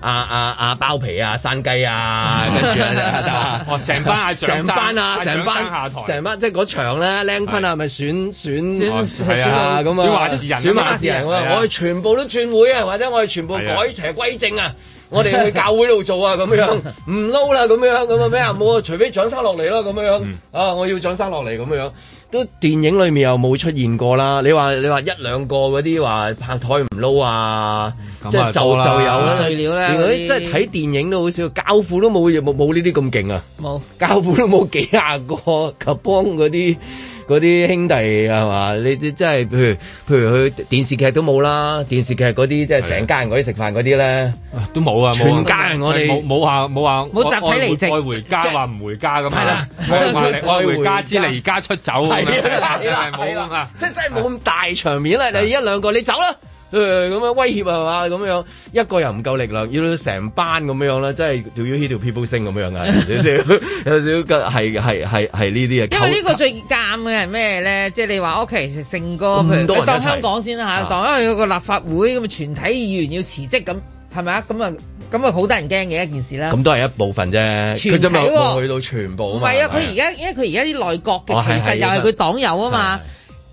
Speaker 2: 阿阿阿包皮啊、山雞啊，跟住啊
Speaker 6: *laughs* 哦成班阿蔣生
Speaker 2: 成班啊，
Speaker 6: 阿蔣
Speaker 2: 成
Speaker 6: 生下
Speaker 2: 班
Speaker 6: 台
Speaker 2: 成班，即係嗰場咧，靚坤啊，咪選選
Speaker 6: 哦係
Speaker 2: 選
Speaker 6: 啊
Speaker 2: 啊咁啊，
Speaker 6: 選話事人啊
Speaker 2: 選話事人
Speaker 6: 係啊
Speaker 2: 啊，我哋全部都轉會啊，或者我哋全部
Speaker 6: 係啊
Speaker 2: 改邪歸正啊。我哋去教會度做啊，咁
Speaker 6: *laughs*
Speaker 2: 樣唔撈啦，咁樣咁啊咩啊冇啊，除非掌生落嚟咯，咁樣
Speaker 6: 嗯
Speaker 2: 啊，我要掌生落嚟咁樣。都電影裏面又冇出現過啦。你話你話一兩個嗰啲話拍台唔撈啊，
Speaker 6: 咁啊
Speaker 2: 即係就
Speaker 6: 多啦
Speaker 2: 就有啦。
Speaker 4: 碎料啦
Speaker 2: 連嗰
Speaker 4: 嗰啲
Speaker 2: 啲真係睇電影都好少，教父都冇冇冇呢啲咁勁啊。
Speaker 4: 冇。
Speaker 2: 教父都冇幾廿個及幫嗰啲 *laughs* 嗰啲兄弟係嘛？你你真係譬如譬如去電視劇都冇啦，電視劇嗰啲即係成家人嗰啲食飯嗰啲咧，
Speaker 6: 都冇啊，冇啊
Speaker 2: 全家人我哋
Speaker 6: 冇冇話冇話
Speaker 4: 冇集體離席
Speaker 6: 愛愛回家
Speaker 2: 即係
Speaker 6: 話唔回家咁
Speaker 2: 係
Speaker 6: 啊
Speaker 2: 啦，
Speaker 6: 我
Speaker 2: *laughs*
Speaker 6: 話你愛回家之
Speaker 2: 愛回家
Speaker 6: 離家出走咁
Speaker 2: 係啦
Speaker 6: 樣，
Speaker 2: 係啦
Speaker 6: 冇
Speaker 2: 係
Speaker 6: 啊
Speaker 2: 啦，。即係真係冇咁大場面
Speaker 4: 啊
Speaker 2: 啦。你一兩個你走啦。誒咁樣威脅係嘛咁樣，一個又唔夠力量，要到成班咁樣啦，真係條 U 條 people 星咁樣啊，有少 *laughs* 少有少少係係係係呢啲啊嘅。
Speaker 4: 因為呢個最尷嘅係咩咧？即係你話屋企其實成個
Speaker 2: 咁
Speaker 4: 譬
Speaker 2: 多
Speaker 4: 如
Speaker 2: 人
Speaker 4: 當
Speaker 2: 一齊
Speaker 4: 香港先啦嚇，
Speaker 2: 啊
Speaker 4: 當因為有個立法會咁啊，全體議員要辭職咁，係咪啊？咁啊咁啊，好得人驚嘅一件事啦。
Speaker 2: 咁都係一部分啫，
Speaker 4: 全
Speaker 2: 佢就
Speaker 4: 體
Speaker 2: 冇
Speaker 4: 喎
Speaker 2: 冇去到全部啊
Speaker 4: 唔
Speaker 2: 嘛。
Speaker 4: 係啊，
Speaker 2: 係咪
Speaker 4: 佢而家因為佢而家啲內閣
Speaker 2: 哦
Speaker 4: 嘅，
Speaker 2: 係
Speaker 4: 其實又係
Speaker 2: 係
Speaker 4: 佢黨友啊嘛。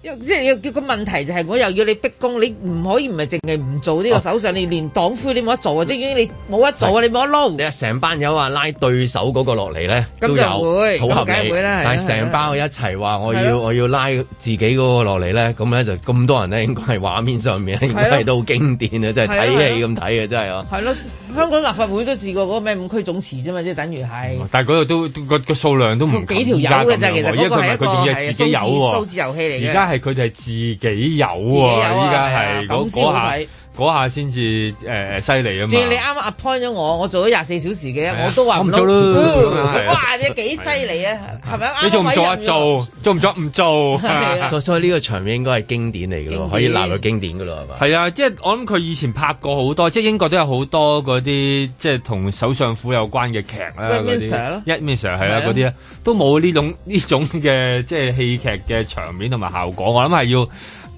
Speaker 4: 因為即係叫個問題就係我又要你逼供，你唔可以唔係淨係唔做呢
Speaker 2: 啊
Speaker 4: 個首相，你連黨魁你冇得做啊！即係你冇得做啊，你冇得
Speaker 2: 你
Speaker 4: 撈。
Speaker 2: 話成班友話拉對手嗰個落嚟咧，
Speaker 4: 咁
Speaker 2: 都
Speaker 4: 就
Speaker 2: 有
Speaker 4: 會
Speaker 2: 好合
Speaker 4: 咁梗
Speaker 2: 理。
Speaker 4: 係會啦係啦
Speaker 2: 但係
Speaker 4: 係啦
Speaker 2: 成班一齊話我
Speaker 4: 係
Speaker 2: 要
Speaker 4: 咯
Speaker 2: 我要拉自己嗰個落嚟咧，咁咧就咁多人咧，應該係畫面上面應該係都好經典啊！真係睇戲咁睇嘅真係啊！
Speaker 4: 係咯，香港立法會都試過嗰個咩五區總辭啫嘛，即係等於
Speaker 2: 哦
Speaker 4: 係
Speaker 6: 但係嗰度都都個個數量都唔
Speaker 4: 幾條
Speaker 6: 及
Speaker 4: 友嘅
Speaker 6: 而
Speaker 4: 啫。
Speaker 6: 家咁樣
Speaker 4: 其實
Speaker 6: 喎因
Speaker 4: 嗰
Speaker 6: 為
Speaker 4: 個
Speaker 6: 佢
Speaker 4: 係一個
Speaker 6: 咪佢仲要係
Speaker 4: 係
Speaker 6: 自己有
Speaker 4: 數
Speaker 6: 喎。
Speaker 4: 字遊戲嚟嘅。
Speaker 6: 而家係佢哋係自己有
Speaker 4: 自己有
Speaker 6: 喎，
Speaker 4: 啊
Speaker 6: 依家係
Speaker 4: 係啊
Speaker 6: 嗰
Speaker 4: 咁先好
Speaker 6: 嗰下
Speaker 4: 睇
Speaker 6: 嗰下先至誒誒犀利啊
Speaker 4: 仲要你
Speaker 6: 嘛！
Speaker 4: 啱啱 appoint 咗我，我做咗廿四小時嘅，我都話
Speaker 6: 我唔
Speaker 4: 唔
Speaker 6: 做
Speaker 4: 做
Speaker 6: 咯係啊
Speaker 4: 哇！你幾犀利啊？係咪啱啱
Speaker 6: 你做唔做啊？
Speaker 4: 委任咗
Speaker 6: 做做唔做啊唔
Speaker 4: *laughs*
Speaker 6: 做？
Speaker 4: 係啦
Speaker 2: 所所以呢個場面應該係經典嚟嘅咯，
Speaker 4: 經典
Speaker 2: 可以納入經典嘅咯，係嘛？
Speaker 6: 係啊，即係我諗佢以前拍過好多，即係英國都有好多嗰啲即係同首相府有關嘅劇啦，嗰
Speaker 4: Westminster 咯
Speaker 6: 啲一 Minister 係啦
Speaker 4: 係啊
Speaker 6: 嗰啲咧，都冇呢種 *laughs* 呢種嘅即係戲劇嘅場面同埋效果，我諗係要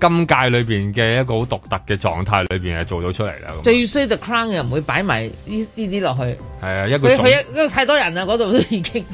Speaker 6: 今屆裏邊嘅一個好獨特嘅狀態裏邊係做到出嚟啦。咁
Speaker 4: 最衰 The Crown 又唔會擺埋呢呢啲落去。
Speaker 6: 係啊，一個
Speaker 4: 佢
Speaker 6: 總
Speaker 4: 佢一因為太多人啦，嗰度都已經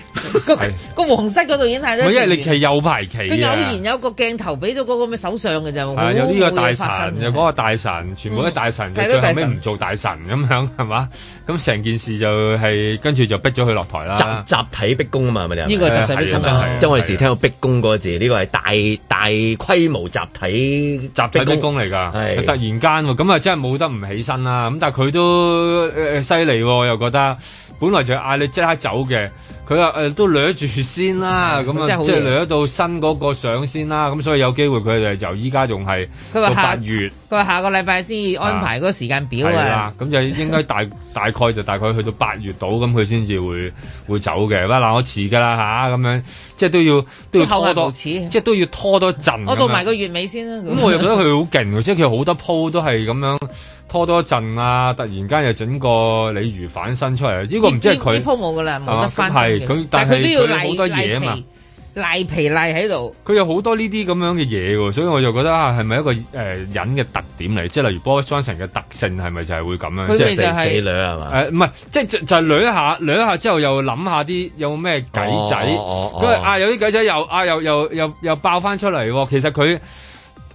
Speaker 4: 個
Speaker 6: 係
Speaker 4: 個皇室嗰度已經太多
Speaker 6: 唔係
Speaker 4: 成
Speaker 6: 因為
Speaker 4: 員。
Speaker 6: 你係有排期啊
Speaker 4: 佢偶然
Speaker 6: 嘅。
Speaker 4: 有個鏡頭俾咗嗰個咩首相嘅咋，
Speaker 6: 係啊
Speaker 4: 冇
Speaker 6: 有呢個大
Speaker 4: 冇嘢發生
Speaker 6: 神，
Speaker 4: 嘅嗯
Speaker 6: 有嗰個大神，全部都係大神，就
Speaker 4: 係
Speaker 6: 最
Speaker 4: 都大
Speaker 6: 後
Speaker 4: 神
Speaker 6: 尾唔做大神咁樣係嘛？咁成件事就係跟住就逼咗佢落台啦。
Speaker 2: 集集體逼供啊嘛，係咪你話
Speaker 4: 呢個集體逼
Speaker 6: 係啊
Speaker 4: 供
Speaker 6: 真係啊
Speaker 4: 啊
Speaker 2: 即係我哋時聽到逼供嗰個字，呢個係大大規模集體
Speaker 6: 集體逼供嚟㗎，
Speaker 2: 係
Speaker 6: 突然間喎，咁啊真係冇得唔起身啦。咁但係佢都誒犀利喎，又覺得本來就嗌你即刻走嘅，佢話呃誒都掠住先
Speaker 4: *laughs*
Speaker 6: 啦，咁
Speaker 4: 真係
Speaker 6: 啊
Speaker 4: 好
Speaker 6: 即係
Speaker 4: 嘢
Speaker 6: 掠到新嗰個上先啦。咁所以有機會佢就由依家仲係
Speaker 4: 佢話
Speaker 6: 到八
Speaker 4: 下
Speaker 6: 月
Speaker 4: 佢話下個禮拜先安排嗰個時間表
Speaker 6: 係
Speaker 4: 啊
Speaker 6: 啦，，咁就應該大 *laughs* 大概就大概去到八月度，咁佢先至會會走嘅。哇！嗱，我遲㗎啦吓，咁樣即係都要都要
Speaker 4: 厚
Speaker 6: 拖
Speaker 4: 顏
Speaker 6: 多，
Speaker 4: 無
Speaker 6: 即
Speaker 4: 恥
Speaker 6: 係都要拖多陣。
Speaker 4: 我做埋
Speaker 6: 咁樣啊
Speaker 4: 個月尾先啦。
Speaker 6: 咁我又覺得佢好勁喎，即係佢好多鋪都係咁樣拖多陣啊，突然間又整個鯉魚反身出嚟，呢、個唔知係
Speaker 4: 呢呢
Speaker 6: 佢，啊
Speaker 4: 鋪冇噶啦，冇得翻
Speaker 6: 係
Speaker 4: 身
Speaker 6: 佢
Speaker 4: 嘅
Speaker 6: 但係
Speaker 4: 但係佢都要
Speaker 6: 佢好多
Speaker 4: 賴
Speaker 6: 嘢啊嘛
Speaker 4: 賴皮賴皮賴喺度。
Speaker 6: 佢有好多呢啲咁樣嘅嘢喎，所以我就覺得啊，係咪一個誒、呃人嘅特點嚟？即係例如 Boris Johnson 嘅特性係咪就係會咁樣？
Speaker 4: 佢
Speaker 6: 即
Speaker 2: 即
Speaker 6: 係
Speaker 2: 係
Speaker 4: 就
Speaker 2: 四
Speaker 4: 係
Speaker 2: 四女啊係嘛？哦
Speaker 6: 誒唔係，即係就就係捋一下，捋一下之後又諗下啲有咩計仔，
Speaker 2: 哦哦哦
Speaker 6: 咁啊有啲計仔又啊又又又又爆翻出嚟喎。其實佢誒、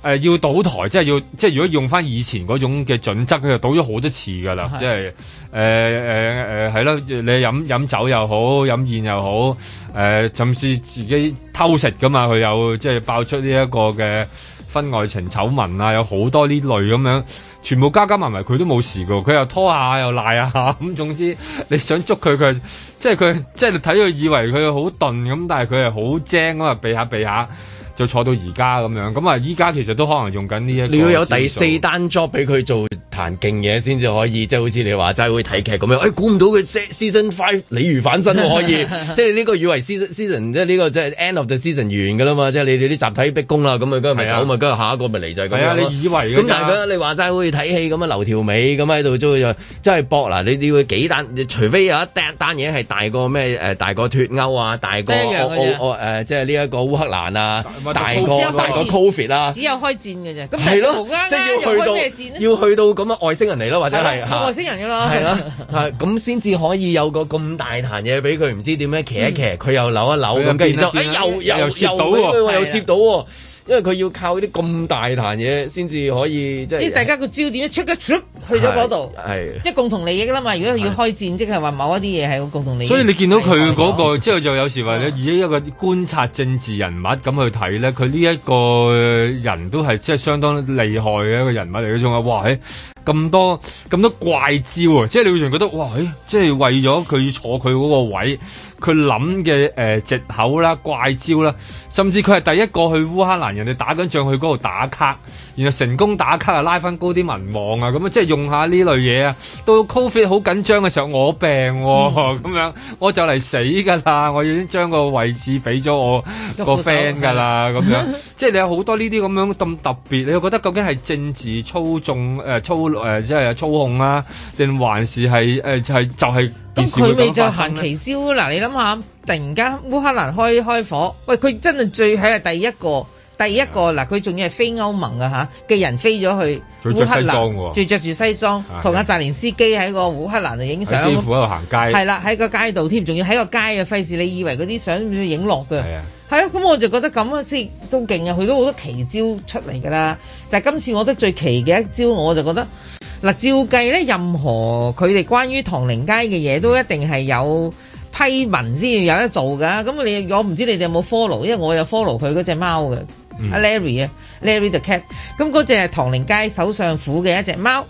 Speaker 6: 呃要倒台，即係要即係如果用翻以前嗰種嘅準則，佢就倒咗好多次㗎啦，即係誒誒誒係咯，你飲飲酒又好，飲宴又好，誒、呃甚至自己偷食㗎嘛，佢有即係爆出呢一個嘅。婚外情醜聞啊，有好多呢類咁樣，全部加加埋埋佢都冇事噶，佢又拖下又賴下， *laughs* 咁總之你想捉佢佢，即係佢即係 *laughs* 你睇佢以為佢好鈍咁，但係佢係好精咁啊，避下避下就坐到而家咁樣，咁啊依家其實都可能用緊呢一個
Speaker 2: 你要有第四
Speaker 6: 招數
Speaker 2: 單 job 俾佢做彈勁嘢先至可以，即係好似你話齋會睇劇咁樣。誒，估唔到佢 se- season five 鯉魚反身喎可以，
Speaker 6: *laughs*
Speaker 2: 即係呢個以為 season season 即係呢個即係 end of the season 完㗎啦嘛，即係你哋啲集體逼供啦，咁啊，跟住咪
Speaker 6: 係啊
Speaker 2: 走嘛，跟住下一個咪嚟就係咁
Speaker 6: 係啊
Speaker 2: 樣咯
Speaker 6: 你以為㗎
Speaker 2: 咁但
Speaker 6: 咋
Speaker 2: 係佢你話齋好似睇戲咁啊，留條尾咁喺度都就真係搏嗱，你要幾單，除非有一單單嘢係大過咩誒大過脱歐啊，大過
Speaker 4: 一樣
Speaker 2: 澳
Speaker 4: 嘅啫
Speaker 2: 澳澳誒即係呢一個烏克蘭啊，大
Speaker 6: 只
Speaker 2: 過
Speaker 6: 有
Speaker 2: 大過 covid 啊啦。
Speaker 6: 啊
Speaker 4: 只有開戰嘅啫，咁
Speaker 2: 係咯
Speaker 4: *laughs* 無啱，
Speaker 2: 即係要
Speaker 4: 啱又開咩
Speaker 2: 去
Speaker 4: 戰
Speaker 2: 到
Speaker 4: 咧？
Speaker 2: 要去到咁嘅外星人嚟咯，或者係
Speaker 6: 啊
Speaker 4: 係咯外
Speaker 2: 嚇
Speaker 4: 星人嘅咯，
Speaker 2: 係啦，
Speaker 4: *laughs*
Speaker 2: 嚇咁先至可以有個咁大壇嘢俾佢，唔知點樣騎一騎，
Speaker 4: 嗯
Speaker 2: 佢又扭一扭咁，
Speaker 6: 佢
Speaker 2: 跟住
Speaker 6: 又
Speaker 2: 之後，
Speaker 6: 變
Speaker 2: 哎
Speaker 6: 一變
Speaker 2: 又又
Speaker 6: 又攝到喎
Speaker 2: 又
Speaker 4: 係啊
Speaker 2: 又攝到喎，因為佢要靠啲咁大壇嘢先至可以即
Speaker 4: 呢
Speaker 2: 係
Speaker 4: 大家個焦點一出一 trip 去咗嗰度，
Speaker 2: 係
Speaker 4: 即係共同利益啦嘛。如果要開戰，即係話某一啲嘢係共同利益。
Speaker 6: 所以你見到佢嗰、個之後，就有時話你以一個觀察政治人物咁去睇咧，佢呢一個人都係即係相當厲害嘅一個人物嚟嘅，仲話哇嘿咁多咁多怪招啊！即係你會仲覺得哇嘿即係為咗佢坐佢嗰個位，佢諗嘅誒藉口啦、怪招啦，甚至佢係第一個去烏克蘭人哋打緊仗去嗰度打卡，然後成功打卡啊，拉翻高啲民望啊，咁啊即係用下呢類嘢啊。到 Covid 好緊張嘅時候，我病喎、
Speaker 4: 嗯
Speaker 6: 咁樣我就嚟死㗎啦，我已經將個位置俾咗我
Speaker 4: 個
Speaker 6: 個
Speaker 4: 副手
Speaker 6: friend 㗎啦，咁樣
Speaker 4: *laughs*
Speaker 6: 即係你有好多呢啲咁樣咁特別，你又覺得究竟係政治操縱誒、呃操誒、呃即係操控啊，定還是係誒、呃就係、就係、
Speaker 4: 咁
Speaker 6: 件事
Speaker 4: 佢
Speaker 6: 會
Speaker 4: 咪
Speaker 6: 咁
Speaker 4: 就
Speaker 6: 發
Speaker 4: 行
Speaker 6: 生呢
Speaker 4: 奇招嗱？你諗下，突然間烏克蘭開開火，喂，佢真係最係第一個第一個嗱，佢仲要係非歐盟嘅吓嘅人飛咗去
Speaker 6: 佢啊着
Speaker 4: 烏克
Speaker 6: 西裝喎啊
Speaker 4: 蘭，仲要着住西裝，同阿澤連斯基喺個烏克蘭度影相
Speaker 6: 喺。基乎喺度行街，
Speaker 4: 係啦，喺個街度添，仲要喺個街啊！費事你以為嗰啲相影落嘅。
Speaker 6: 係啊，
Speaker 4: 係啊，咁我就覺得咁啊，先都勁啊！佢都好多奇招出嚟㗎啦。但係今次我覺得最奇嘅一招，我就覺得嗱，照計咧，任何佢哋關於唐寧街嘅嘢，都一定係有批文先要有得做㗎。咁你我唔知你哋有冇 follow，因為我有 follow
Speaker 6: 嗯
Speaker 4: 佢嗰只貓嘅，阿 Larry 啊，Larry the cat。咁嗰只係唐寧街首相府嘅一隻貓。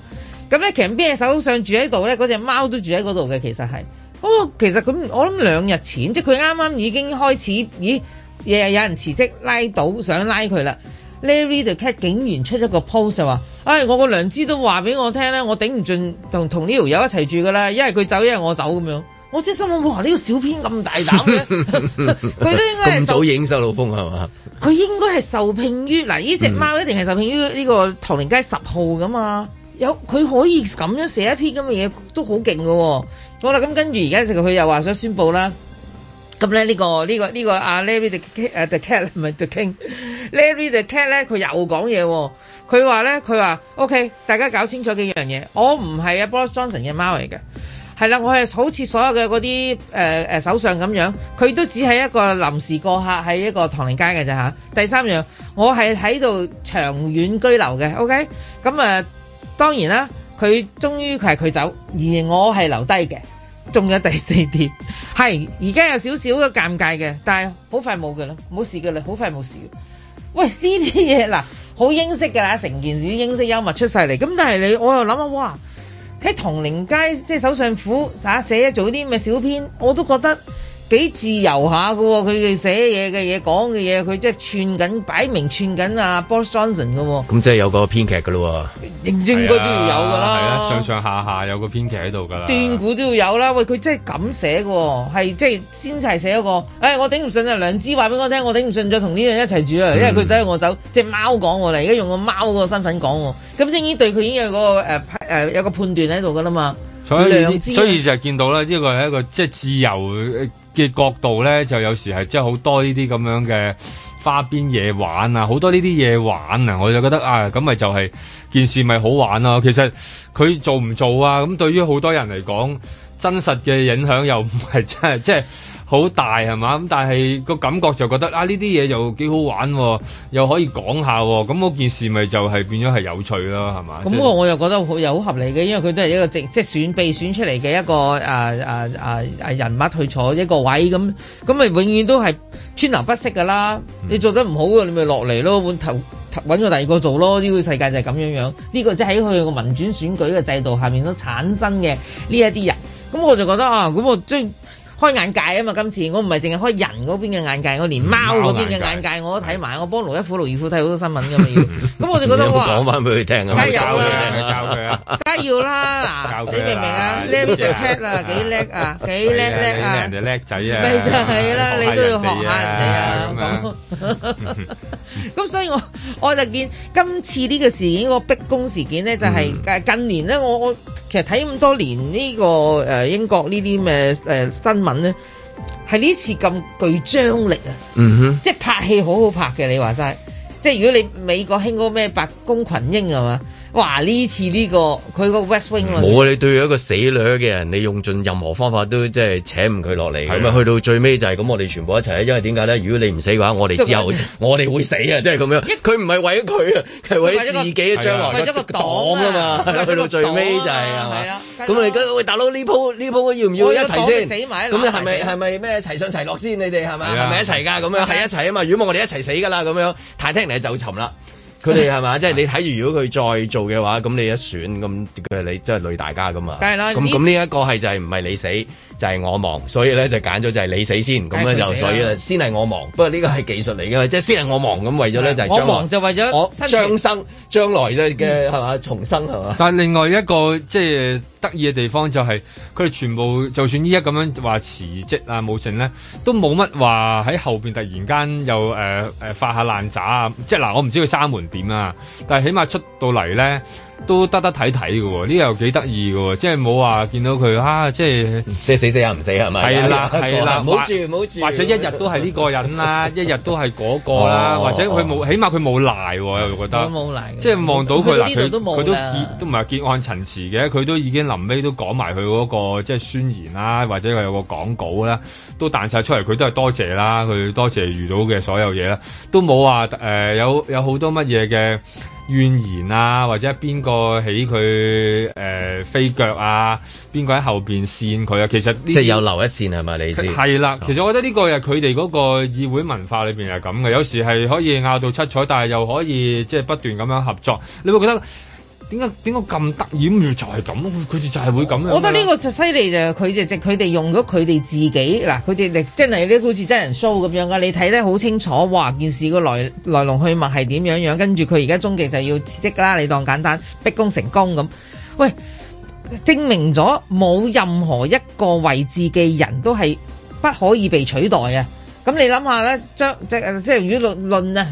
Speaker 4: 咁咧，其實邊隻首相住喺度咧？嗰只貓都住喺嗰度嘅，其實係。哦，其實咁，我諗兩日前，即係佢啱啱已經開始，咦，日日有人辭職拉到，想拉佢啦。Larry the Cat 竟然出咗個 post 就話：，唉、我個良知都話俾我聽咧，我頂唔盡同同呢條友一齊住噶啦，一係佢走，一係我走咁樣。我真係心諗，哇！呢、個小編咁大
Speaker 2: *laughs*
Speaker 4: 膽嘅，佢都應該係
Speaker 2: 咁
Speaker 4: 受
Speaker 2: 早影收到風係嘛？
Speaker 4: 佢應該係受聘於嗱，呢只貓一定係受聘於呢個唐寧街十號噶嘛。有佢可以咁樣寫一篇咁嘅嘢，都好勁嘅喎。好啦，咁跟住而家就佢又話想宣佈啦。咁咧呢個呢、個呢、個阿 Larry the Cat 誒 the Cat 唔係 the King，Larry the Cat 咧佢又講嘢喎。佢話咧佢話 OK，大家搞清楚幾樣嘢，我唔係阿 Boris Johnson 嘅貓嚟嘅。係啦，我係好似所有嘅嗰啲誒誒首相咁樣，佢都只係一個臨時過客喺一個唐寧街嘅啫嚇。第三樣，我係喺度長遠居留嘅，OK？咁、誒，當然啦，佢終於係佢走，而我係留低嘅。仲有第四點，係而家有少少嘅尷尬嘅，但係好快冇嘅啦，冇事嘅啦，好快冇事嘅。喂，呢啲嘢嗱，好英式㗎啦，成件事英式幽默出晒嚟。咁但係你，我又諗下，哇！喺唐寧街即係首相府耍寫做啲咩小編，我都覺得幾自由下嘅喎。佢哋寫嘢嘅嘢講嘅嘢，佢即係串緊，擺明串緊啊 Boris Johnson 嘅喎，
Speaker 2: 咁即係有個編劇㗎咯
Speaker 4: 應應該都要有㗎
Speaker 6: 係
Speaker 4: 啦
Speaker 6: 啊，。上上下下有個編劇喺度㗎啦，
Speaker 4: 斷估都要有啦，喂佢真係咁寫嘅喎，係即係先係寫一個，誒、我頂唔順啊！梁芝話俾我聽，我頂唔順咗同呢樣一齊住
Speaker 6: 嗯
Speaker 4: 啦，因為佢走我走，只貓講我嚟，而家用個貓個身份講喎，咁已經對佢已經有個誒、呃呃有個判斷喺度噶啦嘛，
Speaker 6: 所以
Speaker 4: 良知啊
Speaker 6: 所以就見到啦，呢個係一個即係自由嘅角度咧，就有時係即係好多呢啲咁樣嘅花邊嘢玩啊，好多呢啲嘢玩啊，我就覺得啊，咁咪就係、件事咪好玩咯、其實佢做唔做啊？咁對於好多人嚟講，真實嘅影響又唔係真係即係。好大係嘛？咁但係個感覺就覺得啊，呢啲嘢又幾好玩喎、又可以講下喎、咁嗰件事咪就係變咗係有趣咯，係嘛？即
Speaker 4: 咁
Speaker 6: 係
Speaker 4: 我我又覺得好又好合理嘅，因為佢都係一個政即係選被選出嚟嘅一個啊啊啊啊人物去坐一個位咁，咁咪永遠都係川流不息噶啦。你做得唔好嘅，你咪落嚟咯，換頭頭揾個第二個做咯。呢、個世界就係咁樣樣，呢、個即係喺佢個民主選舉嘅制度下面所產生嘅呢一啲人。咁我就覺得啊，咁我即開眼界啊嘛！今次我唔係淨係開人嗰邊嘅眼界，我連貓嗰邊嘅眼界我都睇埋。我幫盧一虎、盧二虎睇好多新聞㗎嘛要。咁我就覺
Speaker 2: 喎，
Speaker 4: 得
Speaker 2: 有冇
Speaker 4: 哇！
Speaker 2: 講翻俾佢聽啊？
Speaker 4: 加油
Speaker 6: 教
Speaker 4: 啊
Speaker 6: 佢啊，教佢啊！
Speaker 4: 梗係要啦，
Speaker 6: 教
Speaker 4: 嗱，
Speaker 6: 佢
Speaker 4: 你明唔明啊
Speaker 6: 啦
Speaker 4: ？Larry
Speaker 6: 呢啲
Speaker 4: the
Speaker 6: 啊
Speaker 4: cat 啊，幾叻啊，幾叻
Speaker 6: 係
Speaker 4: 叻啊
Speaker 6: 你！人哋叻仔啊，
Speaker 4: 咪就係啦，你都要學
Speaker 6: 人哋啊
Speaker 4: 下人哋
Speaker 6: 咁
Speaker 4: 啊
Speaker 6: 樣
Speaker 4: 咁。咁所以我我就見今次呢個事件個逼宮事件咧，就係、誒近年咧，我我其實睇咁多年呢、個誒、呃英國呢啲咩誒新聞咧，係呢次咁具張力啊！
Speaker 2: 嗯哼。
Speaker 4: 即係拍戲好好拍嘅，你話齋。即係如果你美國興嗰個咩白宮群英係嘛？哇！呢次呢、個佢個 West Wing 啊
Speaker 2: 冇啊！你對一個死女嘅人，你用盡任何方法都即係扯唔佢落嚟咁啊！去到最尾就係咁，我哋全部一齊，因為點解咧？如果你唔死嘅話，我哋
Speaker 4: *laughs*
Speaker 2: 之後
Speaker 4: 就
Speaker 2: 我哋會死啊！即係咁樣，佢唔係為咗佢啊，係為
Speaker 4: 為咗
Speaker 2: 咗
Speaker 4: 個
Speaker 2: 自己嘅將來
Speaker 4: 為咗個黨
Speaker 2: 啊
Speaker 4: 啊
Speaker 2: 嘛！去到最尾就係係
Speaker 4: 係
Speaker 2: 嘛
Speaker 4: 啦？
Speaker 2: 咁你跟喂大佬呢鋪呢鋪要唔
Speaker 4: 我
Speaker 2: 要一
Speaker 4: 要
Speaker 2: 齊
Speaker 4: 講
Speaker 2: 先？
Speaker 4: 佢死埋
Speaker 2: 咁你係
Speaker 4: 攬埋
Speaker 2: 咪
Speaker 4: 死
Speaker 2: 係咪咩齊上齊落先？你哋係咪
Speaker 6: 係啊
Speaker 2: 係咪一齊㗎？咁樣
Speaker 4: 係
Speaker 2: 係
Speaker 4: 啊
Speaker 2: 一齊啊嘛！如果唔係我哋一齊死㗎啦咁樣，太聽人哋就沉啦。佢哋係嘛？即係 *laughs* 你睇住，如果佢再做嘅話，咁你一選咁，佢係你真係累大家噶嘛？
Speaker 4: 梗係啦
Speaker 2: 咁
Speaker 4: 呢
Speaker 2: 咁呢一個係就係唔係你死，就係我亡，所以咧就揀咗就係你死先，咁咧
Speaker 4: 梗係
Speaker 2: 就
Speaker 4: 佢死
Speaker 2: 所
Speaker 4: 啦
Speaker 2: 以咧先係我亡。不過呢個係技術嚟嘅，即係先係我亡咁，為咗咧就係
Speaker 4: 我
Speaker 2: 將來
Speaker 4: 忙就為
Speaker 2: 啊我
Speaker 4: 咗生嗯存
Speaker 2: 將生將來嘅嘅係嘛重生係嘛？
Speaker 6: 但另外一個即係得意嘅地方就係佢哋全部就算依家咁樣話辭職啊冇剩咧，都冇乜話喺後邊突然間又呃誒誒發下爛渣啊！即係嗱，我唔知佢閂門點啊，但係起碼出到嚟咧都得得睇睇嘅喎，呢又幾得意嘅喎，即係冇話見到佢啊，即係
Speaker 2: 死死死啊下唔啊死係咪？
Speaker 6: 係啦係啦
Speaker 2: 唔好住唔好住，
Speaker 6: 或者一日都係呢個
Speaker 2: *laughs*
Speaker 6: 人啦，一日都係嗰個啦，
Speaker 2: 哦
Speaker 6: 或者佢冇，起碼佢冇賴喎，又覺
Speaker 9: 我
Speaker 6: 得。
Speaker 9: 冇嚟，
Speaker 6: 啊即係望到佢啦，
Speaker 9: 去
Speaker 6: 佢
Speaker 9: 到呢度都
Speaker 6: 佢
Speaker 9: 冇
Speaker 6: 都
Speaker 9: 啦
Speaker 6: 結都唔係結案陳詞嘅，佢都已經臨尾都講埋佢嗰個即係宣言啦，或者佢有個講稿啦，都彈晒出嚟，佢都係多謝啦，佢多謝遇到嘅所有嘢啦，都冇話誒有有好多乜嘢嘅怨言啊，或者邊個起佢誒、呃、飛腳啊，邊個喺後邊扇佢啊，其實呢啲
Speaker 2: 即係有留一線係咪？你意思
Speaker 6: 係啦，其實我覺得呢個係佢哋嗰個議會文化裏邊係咁嘅，有時係可以拗到七彩，但係又可以即係不斷咁樣合作，你會覺得點解點解咁得意？咁就係咁，佢哋就係會咁樣。
Speaker 4: 我覺得呢個就犀利就係佢就直佢哋用咗佢哋自己嗱，佢哋力真係呢好似真人 show 咁樣啊噶，你睇得好清楚，哇！件事個來來龍去脈係點樣樣，跟住佢而家終極就要辭職啦，你當簡單逼宮成功咁，喂，證明咗冇任何一個位置嘅人都係不可以被取代啊！咁你諗下咧，將即即係如果論論啊。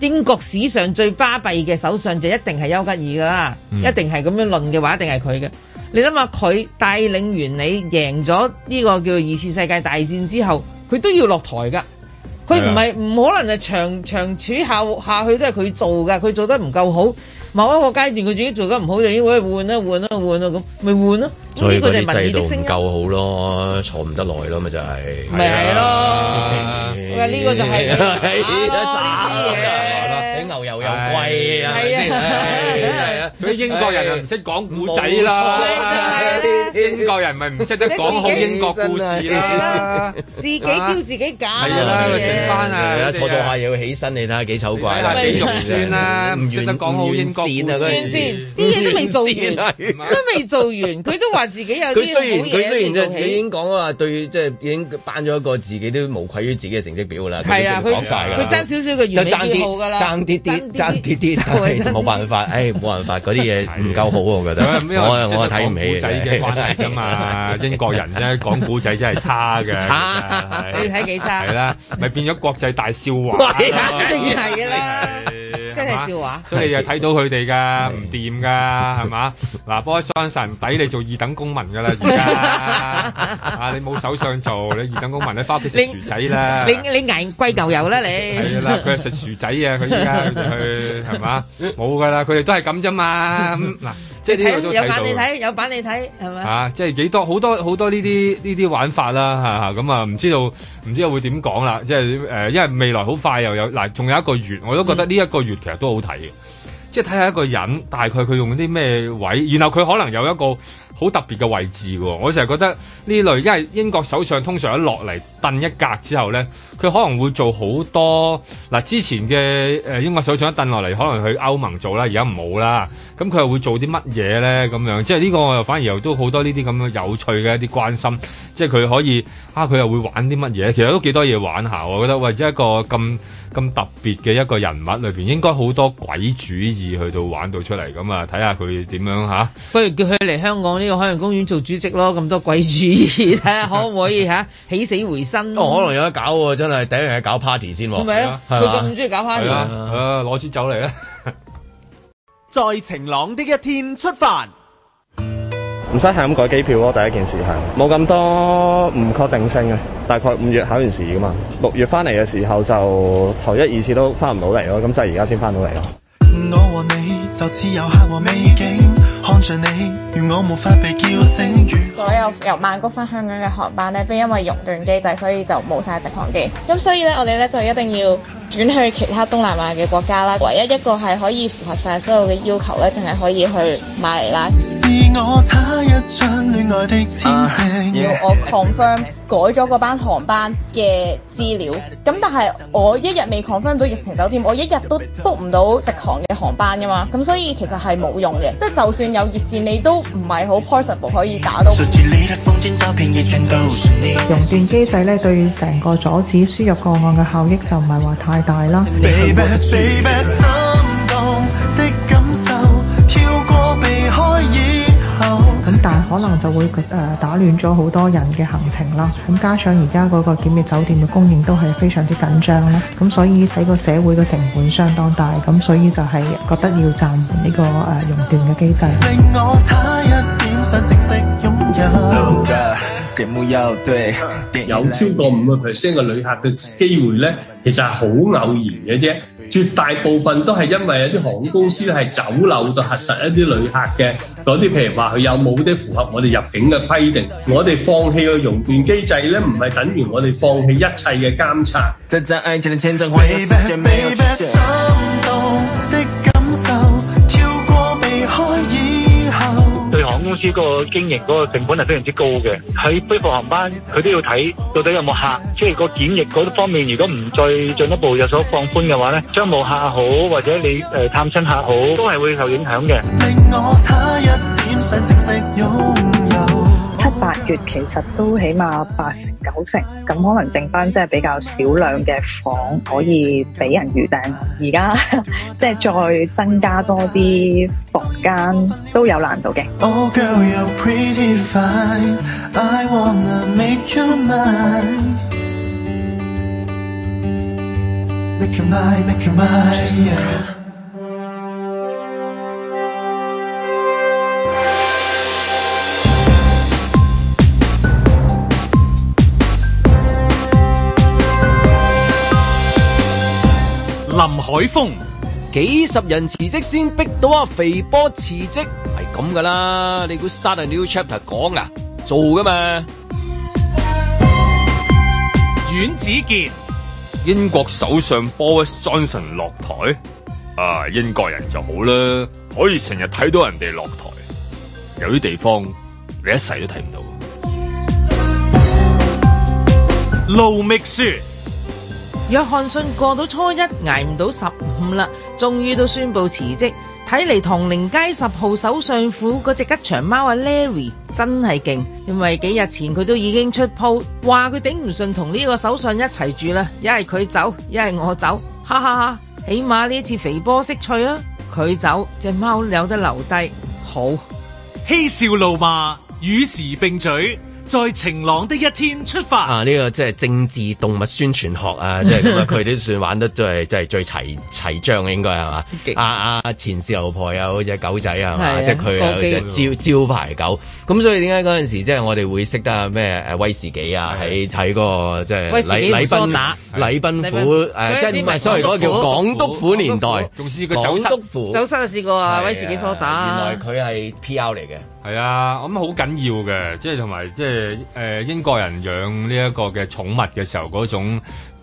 Speaker 4: 英國史上最巴閉嘅首相就一定係丘吉爾噶啦，一定係咁樣論嘅話，一定係佢嘅。你諗下佢帶領完你贏咗呢個叫二次世界大戰之後，佢都要落台噶。佢唔係啊唔可能係長長處下下去都係佢做噶，佢做得唔夠好。某一個階段佢自己做得唔好就應該換啦換啦換啦咁，咪換咯。咁
Speaker 2: 所以
Speaker 4: 呢個
Speaker 2: 嗰
Speaker 4: 就係
Speaker 2: 啲
Speaker 4: 民
Speaker 2: 制
Speaker 4: 意
Speaker 2: 度
Speaker 4: 的
Speaker 2: 唔
Speaker 4: 聲音，
Speaker 2: 夠好咯，坐唔得耐咯，咪就係。
Speaker 4: 咪係
Speaker 6: *laughs*
Speaker 4: 咯。
Speaker 2: 啊
Speaker 4: 喂呢個就係
Speaker 2: 係啊
Speaker 4: 呢啲嘢
Speaker 2: 啲牛油又貴啊，
Speaker 4: 係啊
Speaker 2: 係啊，
Speaker 6: 佢英國人又唔識講古仔
Speaker 4: 冇
Speaker 6: 啦，
Speaker 4: 錯
Speaker 6: 英國人咪唔識得講好英國故事啦，
Speaker 4: 自己叫自己搞啊
Speaker 6: 係
Speaker 4: 呢
Speaker 6: 啦
Speaker 4: 啲
Speaker 6: 成
Speaker 4: 嘢
Speaker 6: 班啊
Speaker 2: 係啊坐坐下又要起身，你睇下幾醜怪啦，
Speaker 6: 你睇下幾肉酸啦
Speaker 2: 唔
Speaker 6: 唔識得
Speaker 2: 完
Speaker 6: 講好英國
Speaker 2: 唔 *laughs* 完善啊
Speaker 6: 故事
Speaker 2: 嗰
Speaker 4: 先
Speaker 2: 陣
Speaker 4: 先
Speaker 2: 時，
Speaker 4: 啲嘢都未做完，
Speaker 2: 係啊
Speaker 4: 都未做完，佢都話自己有啲
Speaker 2: 佢雖然
Speaker 4: 好嘢
Speaker 2: 佢雖然
Speaker 4: 未做
Speaker 2: 就
Speaker 4: 起
Speaker 2: 已經講話對，即係已經頒咗一個自己都無愧於自己嘅成績表啦。
Speaker 4: 係啊，
Speaker 2: 佢
Speaker 4: 佢
Speaker 2: 講晒㗎啦
Speaker 4: 佢爭少少嘅
Speaker 2: 就
Speaker 4: 完
Speaker 2: 爭
Speaker 4: 美
Speaker 2: 啲
Speaker 4: 幾好㗎啦，
Speaker 2: 爭啲啲，爭啲
Speaker 4: *laughs*
Speaker 2: 啲，
Speaker 4: 就係爭啲
Speaker 2: 冇辦法，誒冇辦法，嗰啲
Speaker 6: 啊
Speaker 2: 嘢唔夠好，我
Speaker 6: *laughs*
Speaker 2: 覺得，
Speaker 6: 因為
Speaker 2: 我我睇唔
Speaker 6: 古
Speaker 2: 起
Speaker 6: 仔嘅關
Speaker 2: *laughs*
Speaker 6: 係啫嘛，英國人啫講古仔真係差嘅，
Speaker 2: 差
Speaker 6: 真係
Speaker 4: 你睇幾差
Speaker 6: 係啦，咪變咗國際大笑話
Speaker 4: *laughs* 一
Speaker 6: 咯。
Speaker 4: 定係㗎啦，真係笑
Speaker 6: 話。
Speaker 4: 話。
Speaker 6: 所以你又睇到佢哋噶，唔掂噶，係嘛？嗱，Boris Johnson 抵你做二等公民噶啦，
Speaker 4: *laughs*
Speaker 6: 而家啊，你冇首相做，你二等公民你翻屋企食
Speaker 4: 你
Speaker 6: 薯仔啦。
Speaker 4: 你你捱貴牛油啦你，
Speaker 2: 啊
Speaker 4: *laughs*
Speaker 6: 係啦，佢係食薯仔啊！佢依家佢哋去係嘛，冇噶啦，佢哋都係咁啫嘛。咁嗱，即係呢
Speaker 4: 睇有
Speaker 6: 度都睇
Speaker 4: 版
Speaker 6: 到
Speaker 4: 你。睇，有版你睇係咪？
Speaker 6: 啊，即係幾多好多好多呢啲呢啲玩法啦，嚇、嚇咁啊，唔知道唔知道會點講啦，即係誒、因為未來好快又有嗱，仲有一個月，我都覺得呢一個月其實都好睇嘅，即係睇下一個人大概佢用啲咩位，然後佢可能有一個好特別嘅位置喎，我成日覺得呢類，因為英國首相通常一落嚟燉一格之後咧，佢可能會做好多嗱，之前嘅誒、英國首相一燉落嚟，可能去歐盟做啦，而家唔好啦。咁佢又會做啲乜嘢咧？咁樣即係呢個我又反而又都好多呢啲咁樣有趣嘅一啲關心，即係佢可以啊，佢又會玩啲乜嘢？其實都幾多嘢玩下，我覺得喂，一個咁咁特別嘅一個人物裏邊，應該好多鬼主意去到玩到出嚟咁啊！睇下佢點樣
Speaker 3: 啊
Speaker 6: 吓，
Speaker 4: 不如叫佢嚟香港呢個海洋公園做主席咯，咁多鬼主意，睇下可唔可以嚇起死回生？
Speaker 2: 哦，可
Speaker 4: 唔
Speaker 2: 能有得搞喎，真係第一樣係搞 party 先喎。
Speaker 4: 係啊，佢
Speaker 2: 係嘛
Speaker 4: 咁中意搞 party
Speaker 6: 係。啊，啊攞支酒嚟啦！
Speaker 5: 在晴朗的一天出發。
Speaker 10: 唔使係咁改機票咯，第一件事係冇咁多唔確定性嘅。大概五月考完試噶嘛，六月翻嚟嘅時候就頭一二次都翻唔到嚟咯，咁就係而家先翻到嚟咯。
Speaker 11: 我和你就似有客和美景，看着你，願我無法被叫醒。
Speaker 8: 所有由曼谷翻香港嘅航班咧，都因為熔斷機制，所以就冇晒直航機。咁所以咧，我哋咧就一定要轉去其他東南亞嘅國家啦。唯一一個係可以符合晒所有嘅要求咧，淨係可以去馬尼拉。
Speaker 11: 是我差一張戀愛的簽
Speaker 8: 要
Speaker 11: 證。
Speaker 8: 我 confirm 改咗嗰班航班嘅資料，咁但係我一日未 confirm 到疫情酒店，我一日都 book 唔到直航嘅航班噶嘛，咁所以其實係冇用嘅，即係就算有熱線，你都唔係好 possible 可以打到。
Speaker 11: 熟知你的房間照片也全都是你。
Speaker 12: 熔斷機制咧對成個阻止輸入個案嘅效益就唔係話太大啦。
Speaker 11: Baby baby，心動的感受，跳過避開以後，
Speaker 12: 但可能就會誒、呃打亂咗好多人嘅行程啦。咁加上而家嗰個檢疫酒店嘅供應都係非常之緊張啦，咁所以喺個社會嘅成本相當大，咁所以就係覺得要暫緩呢、個誒、呃熔斷嘅機制。
Speaker 11: 令我差一點想正式擁有。
Speaker 9: 有超過五個 percent 嘅旅客嘅機會咧，其實係好偶然嘅啫。絕大部分都係因為有啲航空公司咧係走漏到核實一啲旅客嘅嗰啲，譬如話佢有冇啲符合我哋入境嘅規定。我哋放棄個熔斷機制咧，唔係等於我哋放棄一切嘅監察。
Speaker 13: 對航空公司個經營嗰個成本係非常之高嘅。喺恢復航班，佢都要睇到底有冇客，即係個檢疫嗰方面，如果唔再進一步有所放寬嘅話咧，商務客好或者你誒、呃探親客好，都係會受影響嘅。
Speaker 11: 我差一點想正式擁有。
Speaker 14: 七八月其實都起碼八成九成，咁可能剩翻即係比較少量嘅房可以俾人預訂。而家 *laughs* 即係再增加多啲房間都有難度嘅。
Speaker 11: Oh girl, you're pretty fine. I wanna make you mine. Make you mine, make you mine, yeah.
Speaker 2: 林海峰，幾十人辭職先逼到阿肥波辭職，係咁噶啦。你估 start a new chapter 講啊，做噶嘛？
Speaker 1: 阮子健、
Speaker 3: 英國首相 Boris Johnson 落台，啊英國人就好啦，可以成日睇到人哋落台。有啲地方你一世都睇唔到。
Speaker 1: 路觅雪。
Speaker 4: 約翰遜過到初一捱唔到十五啦，終於都宣布辭職。睇嚟唐寧街十號首相府嗰隻吉祥貓阿 Larry 真係勁，因為幾日前佢都已經出鋪話佢頂唔順同呢個首相一齊住啦，一係佢走，一係我走，哈哈哈！起碼呢次肥波識趣啊，佢走隻貓有得留低，好。
Speaker 1: 嬉笑怒罵，與時並舉，在晴朗的一天出發。
Speaker 2: 啊！呢、個即係政治動物宣傳學啊，即係咁啊，佢都算玩得最即係最齊齊章嘅應該係嘛？啊啊！前侍牛婆有隻狗仔係
Speaker 15: 係
Speaker 2: 嘛？
Speaker 15: 啊
Speaker 2: 即係佢
Speaker 15: 柯基
Speaker 2: 有隻招招牌狗。咁所以點解嗰陣時即係我哋會識得咩誒威士忌啊？喺睇嗰個即係
Speaker 15: 威士忌
Speaker 2: 禮禮
Speaker 15: 唔梳打
Speaker 2: 賓禮賓府
Speaker 15: 禮賓
Speaker 2: 誒，即
Speaker 4: 嗰陣時
Speaker 2: 係唔
Speaker 4: 咪
Speaker 2: 係 sorry 嗰個叫港
Speaker 4: 港
Speaker 2: 督府年代，
Speaker 6: 仲試過走
Speaker 2: 港
Speaker 6: 失
Speaker 2: 督府
Speaker 4: 走失就試過啊，
Speaker 6: 係啊
Speaker 4: 威士忌梳打
Speaker 2: 原來
Speaker 4: 啊。
Speaker 2: 佢係 P.R. 嚟嘅。
Speaker 6: 係啊，咁好緊要嘅，即係同埋即係誒英國人養呢一個嘅寵物嘅時候嗰種。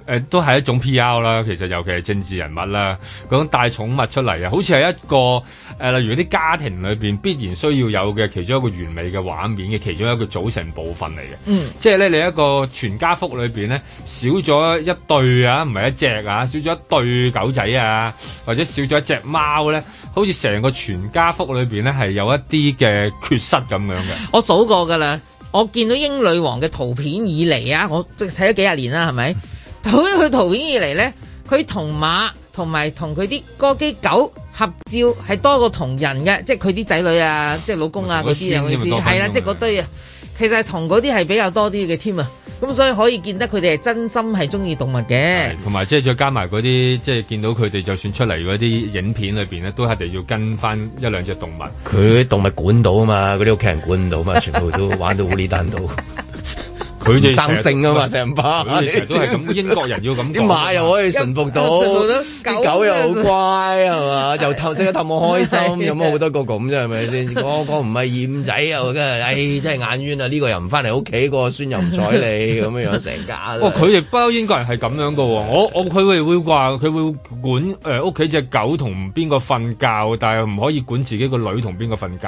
Speaker 6: 誒、都係一種 P.R. 啦，其實尤其係政治人物啦，嗰種帶寵物出嚟啊，好似係一個誒、呃例如啲家庭裏邊必然需要有嘅其中一個完美嘅畫面嘅其中一個組成部分嚟嘅。
Speaker 16: 嗯
Speaker 6: 即係咧，你一個全家福裏邊咧，少咗一對啊，唔係一隻啊，少咗一對狗仔啊，或者少咗一隻貓咧，好似成個全家福裏邊咧係有一啲嘅缺失咁樣嘅。
Speaker 4: 我數過㗎啦，我見到英女王嘅圖片以嚟啊，我即係睇咗幾廿年啦，係
Speaker 6: 嗯
Speaker 4: 咪？睇到佢圖片以嚟咧，佢同馬同埋同佢啲哥基狗合照係多過同人嘅，即係佢啲仔女啊，即係老公啊
Speaker 6: 同
Speaker 4: 嗰
Speaker 6: 佢
Speaker 4: 啲啊，
Speaker 6: 孫
Speaker 4: 嗰
Speaker 6: 添啊多
Speaker 4: 啲
Speaker 6: 返
Speaker 4: 係啦，
Speaker 6: 添啊
Speaker 4: 即係嗰堆啊，其實係同嗰啲係比較多啲嘅添啊。咁所以可以見得佢哋係真心係中意動物嘅。
Speaker 6: 同埋即係再加埋嗰啲，即係見到佢哋就算出嚟嗰啲影片裏邊咧，都係哋要跟翻一兩隻動物。
Speaker 2: 佢啲動物管到啊嘛，嗰啲屋企人管唔到嘛，全部都玩到烏哩單到。
Speaker 6: 佢哋
Speaker 2: 生性啊嘛，
Speaker 6: 成
Speaker 2: 成班
Speaker 6: 佢哋成日都係咁，英國人要咁講。啊
Speaker 2: 啲馬又可以馴服到，
Speaker 6: 馴服
Speaker 4: 到
Speaker 2: 啲
Speaker 4: 狗
Speaker 2: 狗又好乖係嘛，又氹識得氹我開心，有冇好多個咁啫係咪先？嗰個唔係二五仔又跟住，唉真係眼冤啊！呢個又唔翻嚟屋企，個孫又唔睬你咁樣樣，成家都
Speaker 6: 哦，
Speaker 2: 係。
Speaker 6: 佢哋不嬲英國人係咁樣噶喎，我我佢哋會話佢會管誒屋企只狗同邊個瞓覺，但係唔可以管自己個女同邊個瞓覺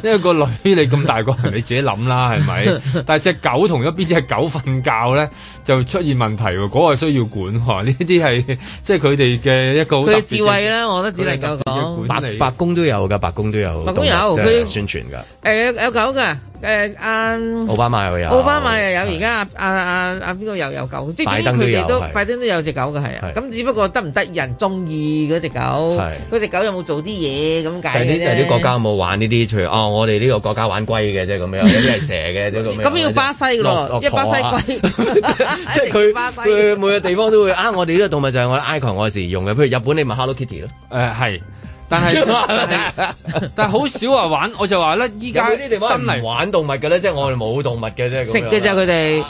Speaker 2: *laughs*
Speaker 6: 因為個女你咁大個人你自己諗啦，係咪？但係只狗同咗邊只狗瞓覺咧，就出現問題喎，嗰、個需要管喎，呢啲係 *laughs* 即係佢哋嘅一個好
Speaker 4: 佢
Speaker 6: 特
Speaker 4: 嘅
Speaker 6: 別
Speaker 4: 智慧啦，我覺得只能夠講。
Speaker 2: 白白宮都有㗎，白宮都有
Speaker 4: 白宮
Speaker 2: 動物
Speaker 4: 有
Speaker 2: 即係
Speaker 4: 佢
Speaker 2: 宣傳㗎。
Speaker 4: 誒有有狗㗎，誒啊，
Speaker 2: 奧巴馬又有
Speaker 4: 奧巴馬又有，而家啊啊啊啊邊個又有狗？即係
Speaker 2: 拜
Speaker 4: 總
Speaker 2: 登都
Speaker 4: 之佢哋
Speaker 2: 有
Speaker 4: 都
Speaker 2: 係
Speaker 4: 拜登都有隻狗嘅係啊。
Speaker 2: 係
Speaker 4: 咁只不過得唔得人中意嗰只狗，
Speaker 2: 係
Speaker 4: 嗰只狗有冇做啲嘢咁解
Speaker 2: 但係
Speaker 4: 嘅
Speaker 2: 啲但係
Speaker 4: 啫
Speaker 2: 啲國家有冇玩呢啲？除哦，我哋呢個國家玩龜嘅啫，咁
Speaker 4: *laughs*
Speaker 2: 樣有啲係蛇嘅啫，咁樣。
Speaker 4: 咁要巴西㗎
Speaker 2: 落
Speaker 4: 咯
Speaker 2: 落，
Speaker 4: 一巴西
Speaker 2: 駝啊
Speaker 4: 龜。
Speaker 2: *laughs* 即係
Speaker 4: *laughs*
Speaker 2: 佢佢每個地方都會啊！我哋呢個動物就係我哋 icon，我哋時用嘅。譬如日本，你咪 Hello Kitty
Speaker 4: *laughs*
Speaker 2: 咯。
Speaker 6: 誒呃係，但
Speaker 2: *laughs*
Speaker 6: 係但係好少話玩，我就話咧，依家
Speaker 2: 有啲地方
Speaker 6: 新
Speaker 2: 係
Speaker 6: 嚟
Speaker 2: 唔玩動物嘅咧，即係我哋冇動物嘅啫。
Speaker 4: 食嘅咋佢哋，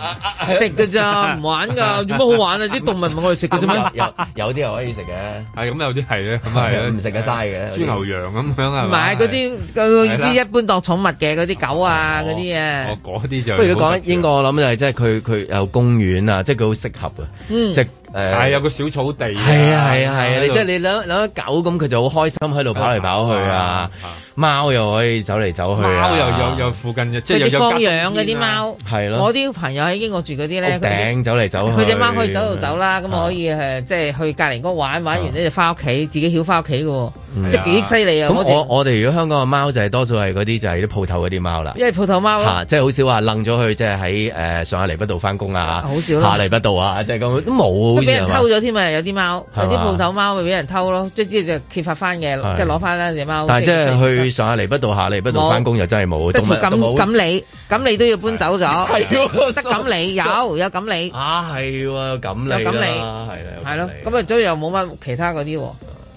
Speaker 4: 食嘅咋唔玩噶，
Speaker 2: *laughs*
Speaker 4: 做乜好玩啊？啲動物唔係我哋食嘅啫咩？
Speaker 2: 有有啲又可以食嘅，
Speaker 6: 係咁有啲係咧，咁係
Speaker 2: *laughs*
Speaker 6: 啊
Speaker 2: 唔食嘅嘥嘅
Speaker 6: 豬牛羊咁樣係
Speaker 4: 唔
Speaker 6: 嘛
Speaker 4: 係嗰啲個意思一般當寵物嘅嗰啲狗啊
Speaker 2: 哦
Speaker 4: 嗰啲啊，
Speaker 6: 我嗰啲就
Speaker 2: 不如你講英國，我諗就係即係佢佢有公園啊，即係佢好適合啊，
Speaker 4: 嗯
Speaker 2: 即係
Speaker 6: 係有
Speaker 2: 誒。
Speaker 6: 個小草地，
Speaker 2: 係啊係啊係啊！
Speaker 6: 喺
Speaker 2: 你
Speaker 6: 度
Speaker 2: 即係你諗諗下狗咁，佢就好開心喺度跑嚟跑去啊，貓又可以走嚟走去啊，
Speaker 6: 貓又有有附近嘅，即係
Speaker 4: 佢
Speaker 6: 有
Speaker 4: 哋
Speaker 6: 有
Speaker 4: 放
Speaker 6: 間
Speaker 4: 養嗰啲貓，
Speaker 2: 係咯
Speaker 4: 我啲朋友喺英國住嗰啲咧，
Speaker 2: 屋
Speaker 4: 佢哋啊
Speaker 2: 頂走嚟走去，嗯
Speaker 4: 佢只貓可以走就走啦，咁啊可以誒，即係去隔離屋玩，玩完咧就翻屋企，自己曉翻屋企嘅喎，即係幾犀利啊！
Speaker 2: 啊嗯咁
Speaker 4: 我
Speaker 2: 我
Speaker 4: 哋
Speaker 2: 我哋如果香港嘅貓就係多數係嗰啲就係啲鋪頭嗰啲貓啦。
Speaker 4: 因為鋪頭貓
Speaker 2: 嚇，
Speaker 4: 咯，
Speaker 2: 即係好啊少話楞咗去，即係喺誒上下嚟不道翻工啊，
Speaker 4: 好少啦
Speaker 2: 下嚟不道啊，即係咁都冇
Speaker 4: 都
Speaker 2: 好似
Speaker 4: 俾人
Speaker 2: 係嘛
Speaker 4: 偷咗添啊！有啲貓，有
Speaker 2: 係嘛
Speaker 4: 啲鋪頭貓會俾人偷咯，即係即係就揭發翻嘅
Speaker 2: 係，
Speaker 4: 即係攞翻啦只貓。
Speaker 2: 但係即係
Speaker 4: 係
Speaker 2: 去上下嚟不道，下嚟不道
Speaker 4: 冇
Speaker 2: 翻工又真係冇，
Speaker 4: 得
Speaker 2: 動
Speaker 4: 條
Speaker 2: 物
Speaker 4: 錦
Speaker 2: 都冇
Speaker 4: 錦鯉，錦鯉都要搬走咗，
Speaker 2: *laughs* 係啊喎
Speaker 4: 得錦鯉有有錦鯉，
Speaker 2: 啊係喎，咁你
Speaker 4: 有錦鯉
Speaker 2: 啦，係啦，
Speaker 4: 係咯，咁啊都又冇乜其他嗰啲喎。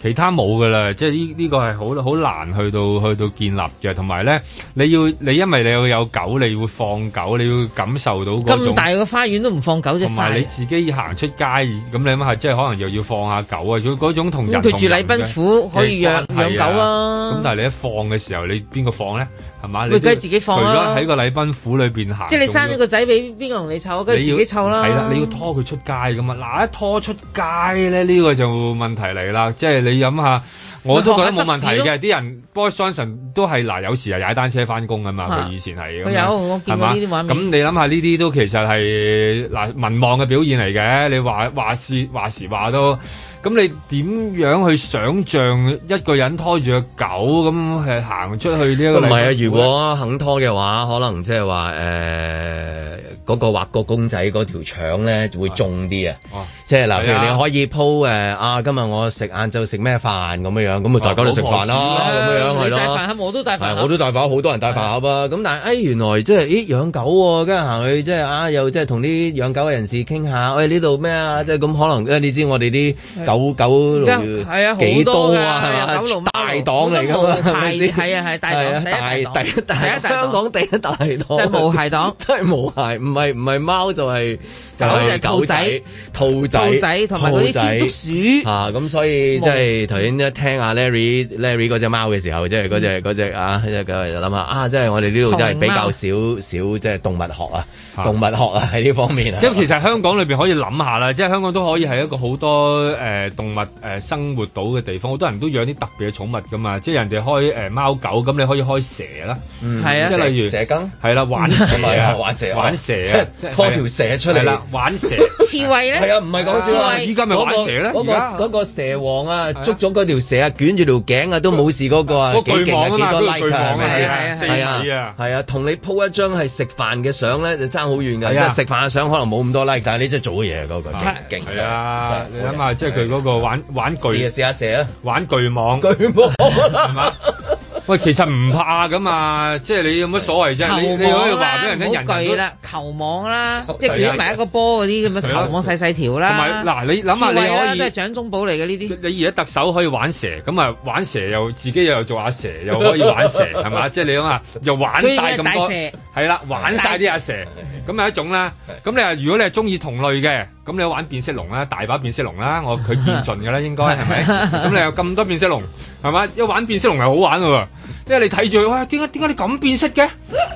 Speaker 6: 其他冇噶啦，即係呢呢個係好好難去到去到建立嘅，同埋咧你要你因為你要有狗，你會放狗，你要感受到嗰
Speaker 4: 咁
Speaker 6: 種。
Speaker 4: 大個花園都唔放狗隻
Speaker 6: 同埋
Speaker 4: 曬
Speaker 6: 你，自己行出街，咁你諗下，即係可能又要放下狗啊，嗰嗰種同人
Speaker 4: 咁佢
Speaker 6: 同
Speaker 4: 住
Speaker 6: 人
Speaker 4: 禮賓
Speaker 6: 嘅
Speaker 4: 府可以
Speaker 6: 嘅
Speaker 4: 養
Speaker 6: 關係
Speaker 4: 養狗啊
Speaker 6: 咁但係你一放嘅時候，你邊個放咧？係嘛？你
Speaker 4: 咪梗係
Speaker 6: 都
Speaker 4: 自己放
Speaker 6: 除
Speaker 4: 啦
Speaker 6: 咗喺個禮賓府裏邊行，
Speaker 4: 即係你生
Speaker 6: 仲
Speaker 4: 咗
Speaker 6: 要
Speaker 4: 個仔俾邊個同你湊，
Speaker 6: 你
Speaker 4: 跟住自己湊啦。
Speaker 6: 係啦，你要拖佢出街噶嘛。嗱，一拖出街咧，呢、個就問題嚟啦。即係你諗下，我都覺得冇問題
Speaker 4: 咪學下
Speaker 6: 嘅。啲人 Boris Johnson 都係嗱，有時係踩單車翻工噶嘛。
Speaker 4: 啊
Speaker 6: 佢以前
Speaker 4: 佢
Speaker 6: 係咁樣
Speaker 4: 有我見過
Speaker 6: 係嘛
Speaker 4: 呢啲畫面
Speaker 6: 咁你諗下呢啲都其實係嗱民望嘅表現嚟嘅。你話話事話時話都。咁你點樣去想像一個人拖住個狗咁係行出去呢一個
Speaker 2: 唔
Speaker 6: 禮拜
Speaker 2: 係啊！
Speaker 6: 咧？
Speaker 2: 如果肯拖嘅話，可能即係話誒嗰個畫個公仔嗰條腸咧會重啲啊！即係嗱，譬
Speaker 6: 係啊
Speaker 2: 如你可以鋪誒啊，今日我食晏晝食咩飯咁樣樣，咁咪大家都食飯啦咁樣樣係
Speaker 4: 哦嗯你大
Speaker 2: 咯
Speaker 4: 飯。盒我都大飯
Speaker 6: 啊
Speaker 2: 係，
Speaker 4: 盒，
Speaker 2: 我都大把好多人大飯盒啊！咁但係，哎，原來即係，咦，養狗喎，跟住行去即係啊，又即係同啲養狗嘅人士傾下，喂，呢度咩
Speaker 4: 嗯
Speaker 2: 啊？即係咁可能，誒，你知我哋啲狗狗
Speaker 4: 而
Speaker 2: 奴
Speaker 4: 家係啊，
Speaker 2: 幾
Speaker 4: 好
Speaker 2: 多
Speaker 4: 多
Speaker 2: 啊？係
Speaker 4: 㗎，
Speaker 2: 嘛
Speaker 4: 有九龍貓
Speaker 2: 大黨嚟㗎
Speaker 4: 好
Speaker 2: 嘛
Speaker 4: 多？
Speaker 2: 係咪
Speaker 4: 毛蟹
Speaker 2: 先
Speaker 4: 係啊係大黨，第一
Speaker 2: 係啊
Speaker 4: 大
Speaker 2: 第一大
Speaker 4: 第一大
Speaker 2: 香港第一大黨，
Speaker 4: 真係無鞋
Speaker 6: *laughs*
Speaker 4: 黨
Speaker 2: 真係無鞋，唔係唔係貓就係就係
Speaker 4: 狗就係兔仔、
Speaker 2: 兔仔、
Speaker 4: 兔仔同埋嗰啲天竺
Speaker 6: *laughs*
Speaker 4: 鼠
Speaker 2: 啊，咁所以即係頭先一聽阿 Larry Larry 嗰只貓嘅時候，即
Speaker 6: 嗯
Speaker 2: 係嗰只嗰只啊，即係佢諗下啊，即係我哋呢度真係比較少少即係動物學啊，動物學啊喺呢方面啊，
Speaker 6: 因為其實香港裏邊可以諗下啦，即係香港都可以係一個好多誒、呃、動物誒、呃生活到嘅地方，好多人都養啲特別嘅寵物噶嘛，即係人哋開誒、呃、貓狗，咁你可以開蛇啦，
Speaker 2: 嗯
Speaker 4: 係啊
Speaker 6: 即係例如
Speaker 2: 蛇羹
Speaker 6: 係啦，玩蛇
Speaker 2: 係
Speaker 6: 啊，
Speaker 2: 啊玩蛇
Speaker 6: 玩蛇
Speaker 2: 即係
Speaker 6: 啊，
Speaker 2: 拖條蛇出嚟
Speaker 6: 係啦，玩蛇。
Speaker 4: 刺蝟咧，
Speaker 2: 係啊，唔係講
Speaker 4: 刺
Speaker 2: 笑啊！
Speaker 4: 蝟
Speaker 6: 依家咪玩蛇咧
Speaker 2: 嗰個
Speaker 6: 而家
Speaker 2: 嗰個嗰個蛇王啊，捉咗嗰條蛇啊，捲住條頸啊，都冇事嗰個啊，
Speaker 6: 嗰
Speaker 2: 幾
Speaker 6: 個巨
Speaker 2: 勁啊，
Speaker 6: 蟒啊
Speaker 2: 幾
Speaker 6: 嘛
Speaker 2: 多
Speaker 6: 嗰個巨
Speaker 2: like 啊，係咪
Speaker 6: 蟒
Speaker 2: 先
Speaker 6: 啊？四
Speaker 2: 係
Speaker 6: 米
Speaker 2: 啊
Speaker 6: 啊，
Speaker 2: 係啊，同你 po 一張係食飯嘅相咧，就爭好遠㗎。
Speaker 6: 係
Speaker 2: 即
Speaker 6: 啊
Speaker 2: 係食飯嘅相可能冇咁多 like，但係你真係做嘢嗰個勁勁
Speaker 6: 係啊，你諗下，即係佢嗰個玩玩巨，
Speaker 2: 試下試下蛇啊，
Speaker 6: 玩巨蟒，
Speaker 2: 巨蟒
Speaker 6: 係嘛？喂，其實唔怕噶嘛，即係你有乜所謂啫？你
Speaker 4: 球
Speaker 6: 你可以
Speaker 4: 網
Speaker 6: 話
Speaker 4: 啦
Speaker 6: 俾，人聽，人人
Speaker 4: 唔好
Speaker 6: 都
Speaker 4: 巨啦，球網啦，即係
Speaker 6: 係啊
Speaker 4: 捲埋一個波嗰啲咁嘅球網細細條啦。
Speaker 6: 同埋嗱你諗下
Speaker 4: 刺蝟啦
Speaker 6: 你可以
Speaker 4: 都係掌中寶嚟嘅呢啲。
Speaker 6: 你而家特首可以玩蛇，咁啊玩蛇又自己又做下蛇，又可以
Speaker 4: *laughs*
Speaker 6: 玩蛇，係嘛？即係你諗下，又玩
Speaker 4: 所以
Speaker 6: 晒咁多
Speaker 4: 應該係大，
Speaker 6: 係啦，玩晒啲阿蛇，咁係一種啦。咁你話如果你係中意同類嘅，咁你玩變色龍啦，大把變色龍啦，我佢見盡㗎啦，應該
Speaker 4: *laughs*
Speaker 6: 係咪？咁你有咁多變色龍，係嘛？一玩變色龍係好玩嘅喎，因為你睇住佢，哇！點解點解你咁變色嘅？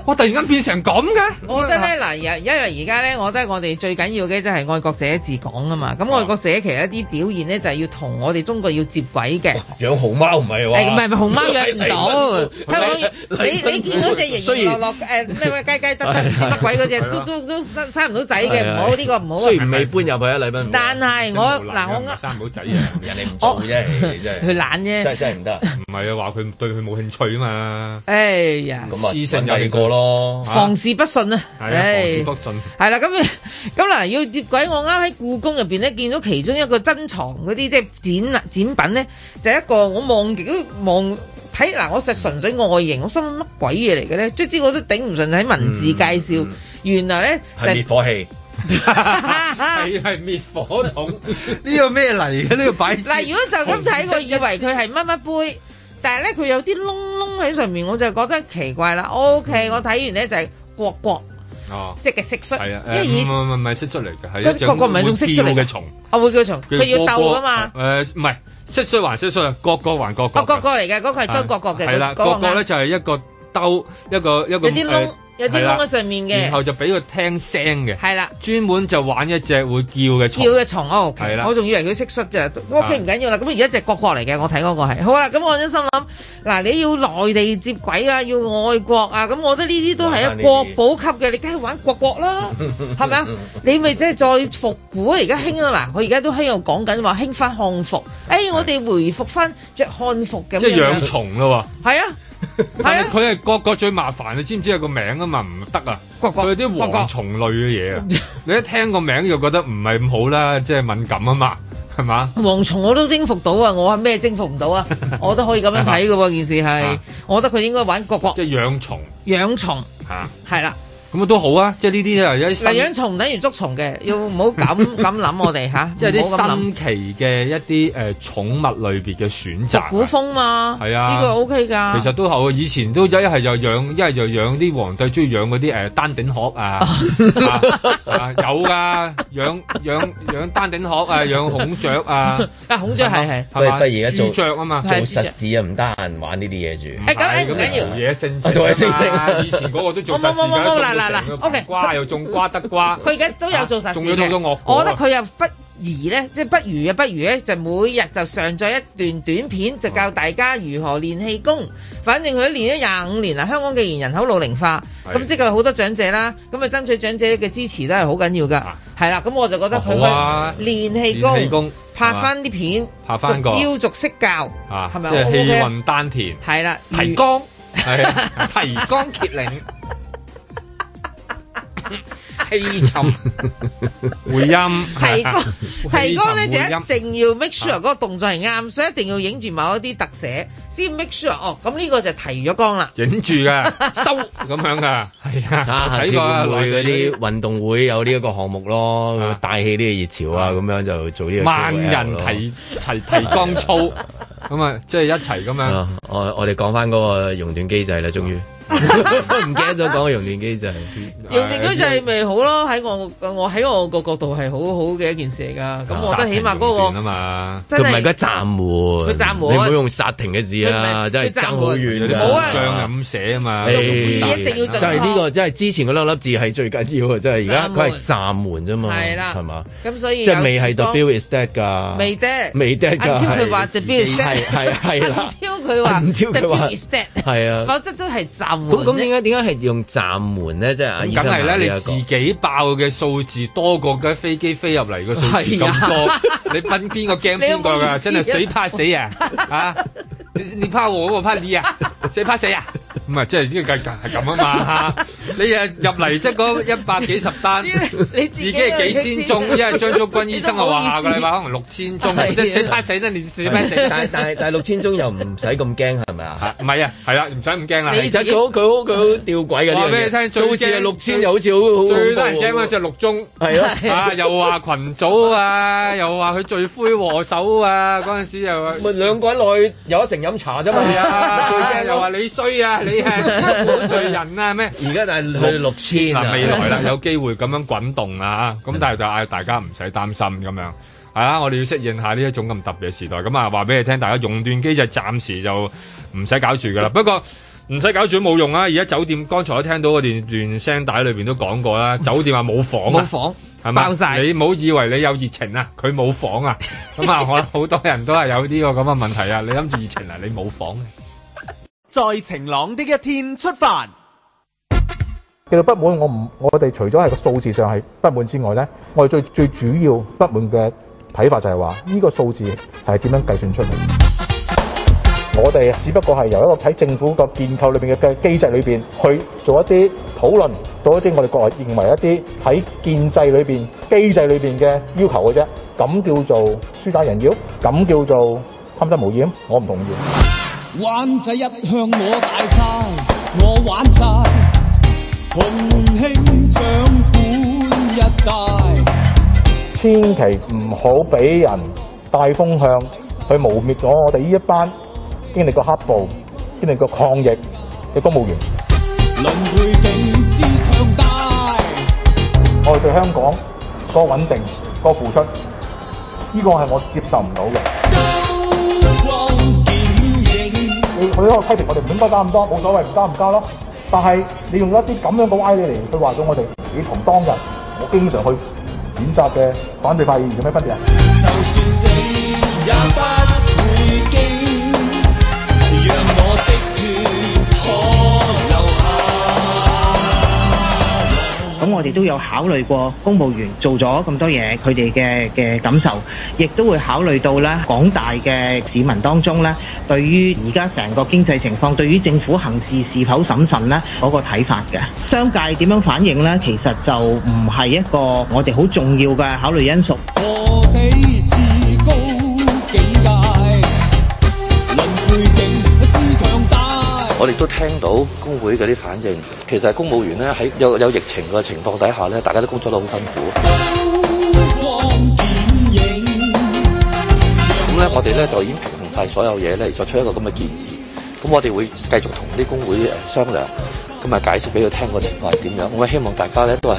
Speaker 6: 哇！突然間變成咁嘅，
Speaker 4: 我覺得咧嗱，而因為而家咧，我覺得我哋最緊要嘅就係愛國者治港啊嘛。咁
Speaker 6: 哦
Speaker 4: 愛國者其實一啲表現咧，就係要同我哋中國要接軌嘅。
Speaker 2: 養熊貓唔係
Speaker 4: 誒唔係唔係熊貓養唔到，香港
Speaker 2: 嚟
Speaker 4: 你你見到只形形落落誒咩咩雞雞得得唔知乜鬼嗰只都都都生生唔到仔嘅，唔好呢個唔好啊
Speaker 2: 雖然未搬入去啊，禮賓，
Speaker 4: 但係我嗱我呃
Speaker 6: 生唔到仔啊！
Speaker 2: 人哋唔做啫，真係
Speaker 4: 佢懶啫
Speaker 2: 真係真係唔得。
Speaker 6: 唔係啊，話佢對佢冇興趣啊嘛。
Speaker 4: 哎呀，
Speaker 6: 咁啊私信有第二個咯
Speaker 4: 房事不順啊，
Speaker 6: 係啊
Speaker 4: 唉
Speaker 6: 房事不順
Speaker 4: 係啦，咁 *laughs* 咁嗱，要接鬼，我啱喺故宮入邊咧，見到其中一個珍藏嗰啲即係展啊展品咧，就係一個我望極都望。睇嗱，我實純粹外形，我心諗乜鬼嘢嚟嘅咧？卒之我都頂唔順睇文字介
Speaker 6: 嗯
Speaker 4: 紹，原來咧就係
Speaker 2: 係滅火器。
Speaker 4: *laughs*
Speaker 6: 係係滅火筒，呢個咩嚟嘅？呢個擺設
Speaker 4: 嗱，如果就咁睇，我以為佢係乜乜杯，但係咧佢有啲窿窿喺上面，我就覺得奇怪啦。OK，我
Speaker 6: 嗯
Speaker 4: 睇完咧就係國國，
Speaker 6: 哦，
Speaker 4: 即係嘅蟋蟀，
Speaker 6: 係啊，
Speaker 4: 因為以
Speaker 6: 誒唔唔唔唔係蟋蟀嚟嘅，係
Speaker 4: 嗰
Speaker 6: 一種
Speaker 4: 嗰個唔係種蟋蟀嚟
Speaker 6: 會
Speaker 4: 嘅
Speaker 6: 叫嘅蟲，
Speaker 4: 我會叫蟲，佢要鬥噶啊嘛。
Speaker 6: 誒唔係蟋蟀還蟋蟀，各個還各個啊
Speaker 4: 哦，國國嚟嘅，嗰個係張國國嘅，
Speaker 6: 係啦，
Speaker 4: 嗰
Speaker 6: 個
Speaker 4: 個
Speaker 6: 個咧
Speaker 4: 啱
Speaker 6: 就係一個兜，一個一個
Speaker 4: 有啲窿有
Speaker 6: 誒，
Speaker 4: 啲
Speaker 6: 係啦
Speaker 4: 窿喺上面
Speaker 6: 然後
Speaker 4: 嘅，
Speaker 6: 就俾佢聽聲嘅，
Speaker 4: 係啦，
Speaker 6: 專門就玩一隻會叫嘅蟲
Speaker 4: 叫，嘅蟲哦，OK
Speaker 6: 係啦
Speaker 4: 我仲以為佢蟋蟀啫，OK
Speaker 6: 啊
Speaker 4: 唔緊要啦。咁而家隻國國嚟嘅，我睇嗰個係好啦。咁我真心諗，嗱你要內地接軌啊，要愛國啊，咁我覺得呢啲都係
Speaker 15: 玩
Speaker 4: 一
Speaker 15: 呢
Speaker 4: 國
Speaker 15: 啲
Speaker 4: 寶級嘅，你梗係玩國國
Speaker 6: *laughs*
Speaker 4: 啦。係咪啊？你咪即係再復古啊！而家興啦嗱，佢而家都喺度講緊話興翻漢服。誒，我哋回復翻着漢服咁樣。
Speaker 6: 即係養。蟲咯
Speaker 4: 係啊，
Speaker 6: 喎。但係佢係各個最麻煩，你知唔知有個名啊嘛？唔得啊，佢係啲蝗蟲類嘅嘢啊。 *laughs* 你一聽個名就覺得唔係咁好啦，即係敏感啊嘛，係嘛？
Speaker 4: 蝗蟲我都征服到啊！我係咩征服唔到啊？我都可以咁樣睇嘅喎，件事係
Speaker 6: *laughs* 啊。
Speaker 4: 我覺得佢應該玩國國
Speaker 6: 即係養蟲
Speaker 4: 養蟲，
Speaker 6: 嚇，
Speaker 4: 係啦。
Speaker 6: 咁啊都好啊，即係呢啲啊有啲新
Speaker 4: 嗱，養蟲唔等於捉蟲嘅，要唔好
Speaker 6: *laughs*
Speaker 4: 咁咁諗我哋吓，
Speaker 6: 即係
Speaker 4: 唔好咁
Speaker 6: 啲
Speaker 4: 諗
Speaker 6: 新奇嘅一啲誒寵物類別嘅選擇啊。
Speaker 4: 古風嘛。
Speaker 6: 係啊
Speaker 4: 呢個 OK 㗎。
Speaker 6: 其實都好，啊以前都一係就養，一係就養啲皇帝中意養嗰啲誒丹頂鶴
Speaker 4: *laughs*
Speaker 6: 啊，啊啊有噶，養養養丹頂鶴啊，養孔雀啊，
Speaker 4: 啊孔雀係係
Speaker 2: 不如不如而家做
Speaker 6: 朱雀啊嘛，
Speaker 2: 做實事啊，唔得閒玩呢啲嘢住。
Speaker 6: 嗯
Speaker 4: 誒咁誒唔緊要
Speaker 6: 做嘢性
Speaker 2: 啊做嘢性情
Speaker 6: 以前嗰個都做實事
Speaker 4: 冇冇冇冇嗱嗱嗱，OK
Speaker 6: 瓜又種瓜得瓜，
Speaker 4: 佢而家都有做實事
Speaker 6: 啊仲要做到
Speaker 4: 嘅
Speaker 6: 惡，果
Speaker 4: 我覺得
Speaker 6: 啊
Speaker 4: 佢又不宜咧，即係不如啊，不如咧就每日就上載一段短片，就教大家如何練氣功。反正佢都練咗廿五年啦，香港既然人口老齡化，
Speaker 2: 係
Speaker 4: 咁即係好多長者啦，咁啊爭取長者嘅支持都係好緊要㗎。係啦，咁我就覺得佢
Speaker 6: 好啊
Speaker 4: 去練氣
Speaker 6: 練
Speaker 4: 功
Speaker 6: 氣功，啊
Speaker 4: 拍翻啲片，
Speaker 6: 拍返個
Speaker 4: 逐招逐式教，
Speaker 6: 啊，
Speaker 4: 係咪
Speaker 6: 即係
Speaker 4: OK
Speaker 6: 氣
Speaker 4: 啊
Speaker 6: 運丹田，
Speaker 4: 係啦，
Speaker 6: 提
Speaker 4: 綱
Speaker 6: 係啊提綱挈領。氣沉回音， *laughs*
Speaker 2: *laughs*
Speaker 4: 提高提高咧就
Speaker 6: 氣沉
Speaker 4: 一
Speaker 6: 回音
Speaker 4: 定要 make
Speaker 2: 啊
Speaker 4: sure 嗰個動作係啱，所以一定要影住某一啲特寫，先 make sure 哦。咁呢個就提咗光啦。
Speaker 6: 影住噶，收咁樣噶，係啊，
Speaker 2: 啊，下
Speaker 6: 睇
Speaker 2: 次
Speaker 6: 過
Speaker 2: 會
Speaker 6: 啊
Speaker 2: 唔會嗰
Speaker 6: 內地
Speaker 2: 啲運動會有呢一個項目咯，帶起呢個熱潮啊，咁樣就做呢個
Speaker 6: 萬
Speaker 2: KOL
Speaker 6: 人
Speaker 2: 咯
Speaker 6: 提齊提光操，咁啊，即係一齊咁樣
Speaker 2: 啊。我我哋講翻嗰個熔斷機制啦，
Speaker 4: *laughs*
Speaker 2: 終於唔記得咗講個熔斷機制。
Speaker 6: 啊
Speaker 4: 用定嗰就係咪好咯？喺我我喺我個角度係好好嘅一件事嚟㗎。咁我覺得起碼嗰
Speaker 6: 啊
Speaker 4: 個
Speaker 6: 嘛，
Speaker 4: 真
Speaker 2: 佢
Speaker 4: 係
Speaker 2: 唔係佢暫緩，
Speaker 4: 佢暫緩
Speaker 2: 你唔好用煞停嘅字啊，真係爭好遠㗎。
Speaker 4: 冇啊
Speaker 6: 醬咁寫啊嘛，
Speaker 2: 唉
Speaker 4: 一定要
Speaker 2: 就
Speaker 4: 準
Speaker 2: 係呢
Speaker 4: 確。
Speaker 2: 個，真係之前嗰兩粒字係最緊要啊！真係而家佢係暫緩啫嘛，
Speaker 4: 係啦
Speaker 2: 啊係嘛？
Speaker 4: 咁所以
Speaker 2: 即係未係
Speaker 4: 有
Speaker 2: the bill is dead 㗎，
Speaker 4: 未得
Speaker 2: 未 dead 㗎。
Speaker 4: Until 佢話
Speaker 2: 係
Speaker 4: the bill is dead
Speaker 2: 係係係啦，
Speaker 4: 挑
Speaker 2: *laughs*
Speaker 4: 佢話
Speaker 2: Until
Speaker 4: the
Speaker 2: 佢話
Speaker 4: bill is dead， *laughs*
Speaker 2: 係啊。
Speaker 4: 否則都係暫
Speaker 2: 咁
Speaker 4: 緩
Speaker 2: 咁
Speaker 4: 啫。
Speaker 2: 點解點解係用暫緩咧？即係阿醫
Speaker 6: 咁
Speaker 2: 生
Speaker 6: 梗係
Speaker 2: 話
Speaker 6: 啦，
Speaker 2: 呢
Speaker 6: 你
Speaker 2: 一個
Speaker 6: 自己爆嘅數字多過嘅飛機飛入嚟嘅數字
Speaker 2: 係啊
Speaker 6: 咁 *laughs* 多，你問邊個驚邊個
Speaker 2: 你有 *laughs* 冇意
Speaker 6: 㗎？
Speaker 2: 思
Speaker 6: 真係死怕死啊！啊，你你怕我，我怕你啊！死怕死啊！唔係，即係呢個計係咁啊
Speaker 4: *laughs*
Speaker 6: 嘛！你啊入嚟得嗰一百幾十單，
Speaker 4: 你
Speaker 6: 自己係幾
Speaker 4: *laughs*
Speaker 6: 千宗，因為張竹君醫生我話下個禮拜可能六千宗，
Speaker 2: 係啊
Speaker 6: 即係死怕死啦！你死怕
Speaker 2: 但
Speaker 6: 死，
Speaker 2: 係
Speaker 4: 啊
Speaker 2: 但係但係六千宗又唔使咁驚係咪啊？
Speaker 6: 唔係啊，係啦，唔使咁驚啦。
Speaker 2: 其實佢好佢好佢好吊詭嘅
Speaker 6: 話俾你
Speaker 2: 呢樣
Speaker 6: 聽，
Speaker 2: 嘢，數字係六千又好似好好
Speaker 6: 最多人
Speaker 2: 恐
Speaker 6: 驚
Speaker 2: 怖
Speaker 6: 嗰
Speaker 2: 喎
Speaker 6: 陣時係六中， *laughs*
Speaker 2: 係咯
Speaker 6: 啊又話群組啊，又話佢罪魁禍首啊，嗰陣時又話
Speaker 2: 咪兩個人落去有一成飲茶啫嘛，
Speaker 6: 係啊，又話你衰啊，你係好罪人啊咩？
Speaker 2: 而家但係去六千啊
Speaker 6: 嗱，未來啦， *laughs* 有機會咁樣滾動啊，咁但係就嗌大家唔使擔心咁樣。係啊，我哋要適應下呢一種咁特別嘅時代。咁啊，話俾你聽，大家熔斷機就暫時就唔使搞住噶啦。不過唔使搞住都冇用啊！而家酒店剛才都聽到嗰段段聲帶裏邊都講過啦，酒店話冇房
Speaker 4: 冇
Speaker 6: 啊，
Speaker 4: 房
Speaker 6: 係嘛？
Speaker 4: 爆晒
Speaker 6: 你唔好以為你有熱情啊，佢
Speaker 2: *laughs*
Speaker 6: 冇房啊。咁啊，我諗好多人都係有呢個咁嘅問題啊。你諗住熱情啊，你冇房啊
Speaker 5: 在晴朗的一天出發。
Speaker 16: 其實不滿我唔，我哋除咗係個數字上係不滿之外咧，我哋最最主要不滿嘅睇法就係話呢個數字係點樣計算出嚟？我哋只不過係由一個喺政府個建構裏邊嘅嘅機制裏邊去做一啲討論，做一啲我哋國內認為一啲喺建制裏邊機制裏邊嘅要求嘅啫。咁叫做輸打人妖，咁叫做貪得無厭，我唔同意。
Speaker 15: 灣仔一向我大晒，我玩晒，洪興掌管一帶，
Speaker 16: 千祈唔好俾人帶風向去污蔑咗我哋呢一班經歷過黑暴、經歷過抗疫嘅公務員。
Speaker 15: 輪迴定之強大，
Speaker 16: 我哋對香港個穩定、個付出，呢、個係我接受唔到嘅。你佢喺度批評我哋唔應該加咁多，冇所謂唔加唔加咯。但係你用一啲咁樣嘅歪理嚟去話咗我哋，你同當日我經常去譴責嘅反對派議員有咩分別啊？
Speaker 15: 就算死也不會驚，讓我的血可流下。
Speaker 17: 咁我哋都有考慮過公務員做咗咁多嘢，佢哋嘅嘅感受，亦都會考慮到咧廣大嘅市民當中咧，對於而家成個經濟情況，對於政府行事是否審慎咧嗰、個睇法嘅。商界點樣反應咧，其實就唔係一個我哋好重要嘅考慮因素。
Speaker 15: 我比至高境界，輪迴境之強大。
Speaker 18: 我哋都聽到工會嗰啲反應，其實公務員咧喺有有疫情嘅情況底下咧，大家都工作得好辛苦。咁咧，我哋咧就已經平衡晒所有嘢咧，作出一個咁嘅建議。咁我哋會繼續同啲工會誒商量，咁啊解釋俾佢聽個情況係點樣。我希望大家咧都係誒、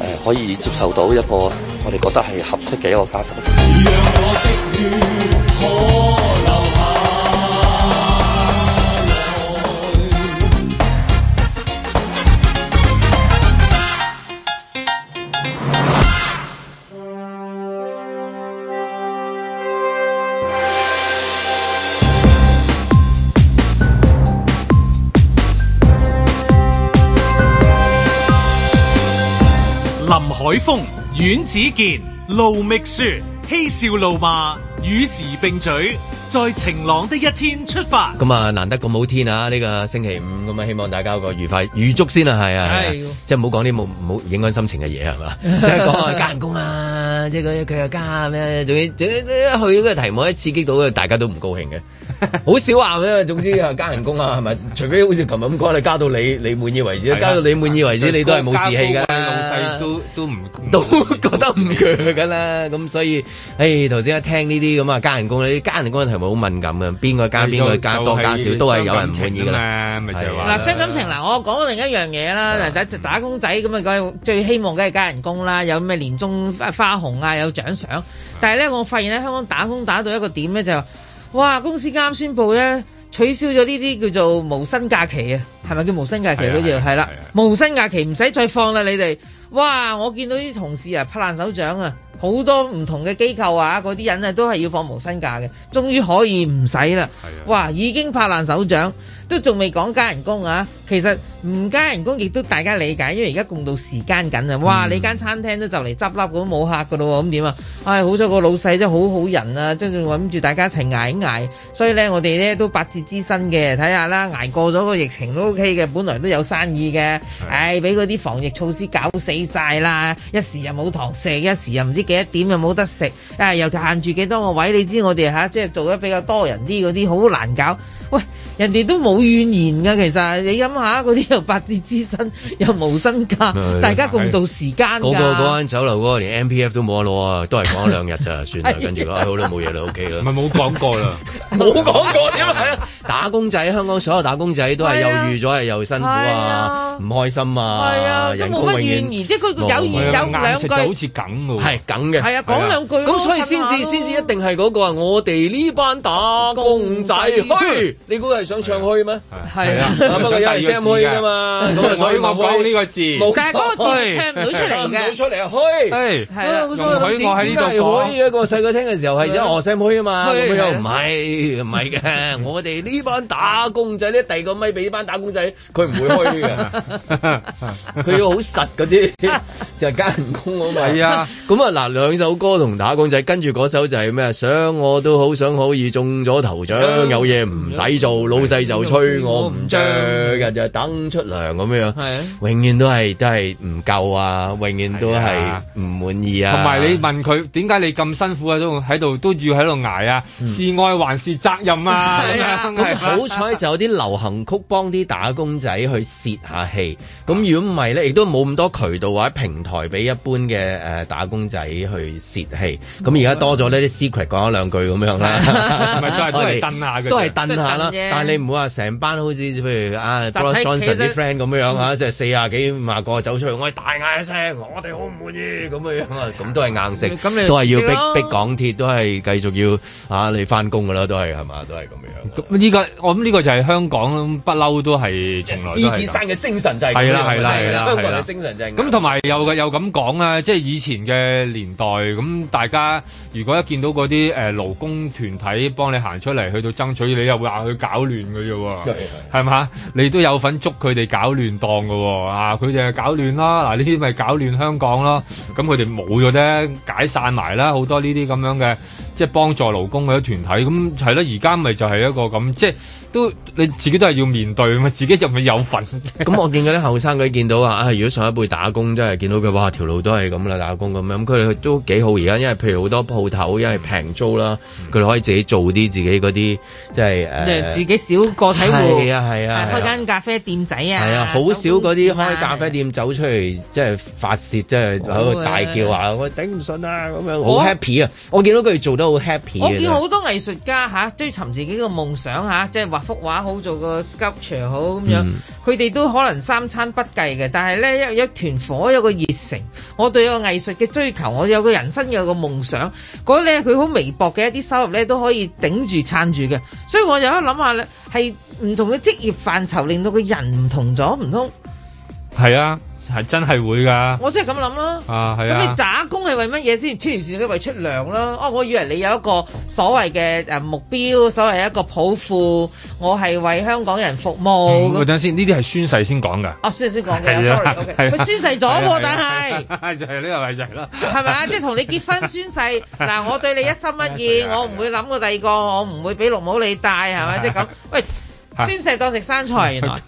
Speaker 18: 呃可以接受到一個我哋覺得係合適嘅一個家庭。
Speaker 1: 林海峰、阮子健、路觅雪，嬉笑怒罵，與時並舉，在晴朗的一天出發。
Speaker 2: 咁啊，難得咁好天啊！呢、個星期五咁啊，希望大家有個愉快預祝先啊，係啊，係
Speaker 19: 係
Speaker 2: 啊即係唔好講啲冇唔好影響心情嘅嘢係
Speaker 6: *laughs*
Speaker 2: 嘛，即係講下加人工啊，即係佢佢又加咩，仲要總之去嗰個題目一刺激到大家都唔高
Speaker 6: *laughs*
Speaker 2: 興嘅。好少話咩？總之啊，加人工啊，係咪？除非好似琴日咁講，你加到你你滿意為止，
Speaker 6: 係啊
Speaker 2: 加到你滿意為止，你都係冇士氣㗎。
Speaker 6: 加高位老細都都唔
Speaker 2: 都 *laughs* 覺得唔鋸㗎啦，咁所以，誒頭先一聽呢啲咁啊加人工咧，加人工嘅題目好敏感嘅，邊個加邊個加
Speaker 6: 就
Speaker 2: 多加
Speaker 6: 就
Speaker 2: 少
Speaker 6: 係
Speaker 2: 都係有人唔滿意㗎啊
Speaker 6: 啦，啊咪就係話
Speaker 4: 嗱，傷感情嗱，我講另一樣嘢啦，嗱，打打工仔咁啊，梗係最希望梗係加人工啦，有咩年終花花紅啊，有獎賞。但係咧，我發現咧，香港打工打到一個點咧，就係話哇，公司啱宣布咧取消咗呢啲叫做無薪假期啊，係咪叫無薪假期
Speaker 20: 係啊
Speaker 4: 嗰
Speaker 20: 係
Speaker 4: 條？
Speaker 20: 啊
Speaker 4: 係啦，無薪假期唔使再放啦，你哋。哇！我見到啲同事啊，拍爛手掌啊，好多唔同嘅機構啊，嗰啲人啊，都係要放無薪假嘅，終於可以唔使啦。
Speaker 20: 啊
Speaker 4: 哇！已經拍爛手掌，都仲未講加人工啊。其實唔加人工亦都大家理解，因為而家共度時間緊啊。
Speaker 20: 嗯
Speaker 4: 哇！你間餐廳都就嚟執笠咁冇客噶咯喎，咁點啊？唉、好彩個老細真係好好人啊，真係諗住大家一齊捱一捱。所以咧，我哋咧都八折之身嘅，睇下啦，捱過咗個疫情都 OK 嘅，本來都有生意嘅。唉，俾嗰啲防疫措施搞死晒啦，一時又冇堂食，一時又唔知幾多點又冇得食，啊又限住幾多個位，你知我哋吓、即係做得比較多人啲嗰啲好難搞。喂，人哋都冇怨言噶，其實你諗下嗰啲又八折之
Speaker 2: *laughs*
Speaker 4: 身，又無薪假
Speaker 2: 咪，
Speaker 4: 大家共度時間
Speaker 2: 嗰個嗰
Speaker 4: 㗎。
Speaker 2: 間酒樓嗰個連 M P F 都冇得攞啊，都係講一兩日咋，算啦，
Speaker 4: *laughs* 係
Speaker 2: 跟住講哎好啦，冇嘢啦，O K 啦。唔係冇講過
Speaker 4: *laughs*
Speaker 2: 啦， *laughs* 冇講過點係啊？打工仔，香港所有打工仔都係又預咗係又辛苦啊，唔開心
Speaker 4: 係啊
Speaker 2: 啊，
Speaker 4: 都
Speaker 2: 人
Speaker 4: 冇
Speaker 2: 工
Speaker 4: 乜
Speaker 2: 永
Speaker 4: 怨
Speaker 2: 遠
Speaker 4: 言即係佢有言有兩句
Speaker 2: 梗喎，係梗嘅，
Speaker 4: 係啊講兩句咯
Speaker 2: 咁所以先
Speaker 4: 襯
Speaker 2: 至
Speaker 4: 下咯
Speaker 2: 先至一定係嗰個啊，我哋呢班打工仔，嘿你估係想唱虛咩？
Speaker 4: 係
Speaker 2: 啊
Speaker 6: 係啊
Speaker 2: 不過有人 Sam 虛㗎嘛，咁
Speaker 6: *laughs*
Speaker 2: 啊所以
Speaker 6: 我
Speaker 2: 我
Speaker 6: 我講呢個字
Speaker 2: 冇
Speaker 6: 但係嗰個字唱唔到出
Speaker 2: *laughs* 唱唔
Speaker 6: 嚟嘅
Speaker 2: 到出嚟啊，虛
Speaker 6: *laughs* 係
Speaker 2: 係啦
Speaker 6: 容許我喺呢度講
Speaker 2: 可以嘅，我細個聽嘅時候係因為我 Sam 虛啊嘛，
Speaker 6: 虛
Speaker 2: 咁
Speaker 6: 係
Speaker 2: 樣
Speaker 6: 啊
Speaker 2: 唔係唔係嘅，我哋呢班打工仔咧，第二個
Speaker 6: *laughs*
Speaker 2: 咪俾呢班打工仔，佢唔會虛嘅。佢要好實嗰啲， *laughs* 就係加人工啊嘛。
Speaker 6: 係啊，
Speaker 2: 咁啊嗱，兩首歌同打工仔，跟住嗰首就係咩？想我都好想可以中咗頭獎，
Speaker 6: 嗯
Speaker 2: 有嘢唔使做，老細就催我唔着，日日等出糧咁樣。
Speaker 6: 嗯係啊
Speaker 2: 永遠都係都係唔夠啊，永遠都係唔滿意啊。
Speaker 6: 同埋你問佢點解你咁辛苦啊，都喺度都要喺度捱啊，是愛還是責任啊？咁樣
Speaker 2: 咁嗯好彩就有啲流行曲幫啲打工仔去泄下氣。咁如果唔係咧，亦都冇咁多渠道或者平台俾一般嘅誒打工仔去泄氣。咁而家多咗呢啲 secret 講一兩句咁樣 *laughs* 啦，
Speaker 6: 咪都係都係蹬下嘅啫
Speaker 2: 都係蹬下啦
Speaker 6: 都係蹬啫。
Speaker 2: 但係你唔會話成班好似譬如啊
Speaker 6: 集體
Speaker 2: Boris Johnson
Speaker 6: 企
Speaker 2: 啲
Speaker 6: 身
Speaker 2: friend 咁樣啊，即係四廿幾五廿個走出去，我係大嗌一聲，我哋好唔滿意咁樣啊，咁都係硬食，
Speaker 6: 咁你
Speaker 2: 都係要
Speaker 6: 辭職咯
Speaker 2: 逼逼港鐵，都係繼續要啊你翻工噶啦，都係係嘛，都係咁樣。
Speaker 6: 咁呢個我諗呢個就係香港不嬲都係從來都
Speaker 2: 獅
Speaker 6: 係
Speaker 2: 子
Speaker 6: 咁
Speaker 2: 山嘅精神就係咁樣
Speaker 6: 係啦係啦係啦
Speaker 2: 香港
Speaker 6: 係啦
Speaker 2: 嘅精神就係咁
Speaker 6: 咁同埋又又咁講啊，即係以前嘅年代，咁大家如果一見到嗰啲誒勞工團體幫你行出嚟，去到爭取，你又會話佢搞亂嘅啫
Speaker 2: 係
Speaker 6: 喎，係嘛？你都有份捉佢哋搞亂檔嘅喎，啊佢哋係搞亂啦，嗱呢啲咪搞亂香港咯，咁佢哋冇咗啫，解散埋啦，好多呢啲咁樣嘅即係幫助勞工嗰啲團體，咁係啦，而家咪就係一個咁，即係都你自己都係要面對嘛，自己就咪有份。
Speaker 2: 咁我見嗰啲後生佢見到啊，啊如果上一輩打工真係見到佢，哇條路都係咁啦，打工咁樣，咁佢哋都幾好而家，因為譬如好多鋪頭，因為平租啦，佢哋可以自己做啲自己嗰啲，即係誒，
Speaker 4: 即係自己小個體戶，
Speaker 2: 係啊係啊，
Speaker 4: 開間咖啡店仔啊，
Speaker 2: 係啊，好少嗰啲開咖啡店走出嚟，即係發泄，即係喺度大叫啊！我頂唔順啊！咁樣好 happy 啊！我見到佢哋做得好 happy
Speaker 4: 我見
Speaker 2: 啊
Speaker 4: 好多藝術家嚇、追尋自己個夢想嚇、即係畫幅畫好，做個 sculpture 好咁樣。佢哋、都可能三餐不繼嘅，但係咧一一團火，有個熱誠。我對個藝術嘅追求，我有個人生有個夢想。嗰咧佢好微薄嘅一啲收入咧，都可以頂住撐住嘅。所以我就喺度諗下咧，係唔同嘅職業範疇令到個人唔同咗，唔通
Speaker 6: 係啊，係真係會㗎。
Speaker 4: 我真係咁諗啦。
Speaker 6: 啊，係
Speaker 4: 咁你
Speaker 6: 啊，
Speaker 4: 打工係為乜嘢先？黐線嘅為出糧啦！哦，我以為你有一個所謂嘅誒目標，所謂一個抱負，我係為香港人服務
Speaker 6: 嗯
Speaker 4: 咁。
Speaker 6: 等陣先，呢啲係宣誓先講㗎。
Speaker 4: 哦，宣誓先講
Speaker 6: 係啊
Speaker 4: 嘅，sorry，OK，
Speaker 6: 係啊
Speaker 4: 佢宣誓咗
Speaker 6: 係啊
Speaker 4: 喎，
Speaker 6: 係
Speaker 4: 但
Speaker 6: 啊
Speaker 4: 係
Speaker 6: *laughs* 就係呢個咪就係啦，
Speaker 4: 係咪啊？即係同你結婚宣誓嗱，我對你一心一意，我唔會諗過第二個，我唔會俾綠帽你戴，係咪？即係咁，喂，宣誓當食生菜，原來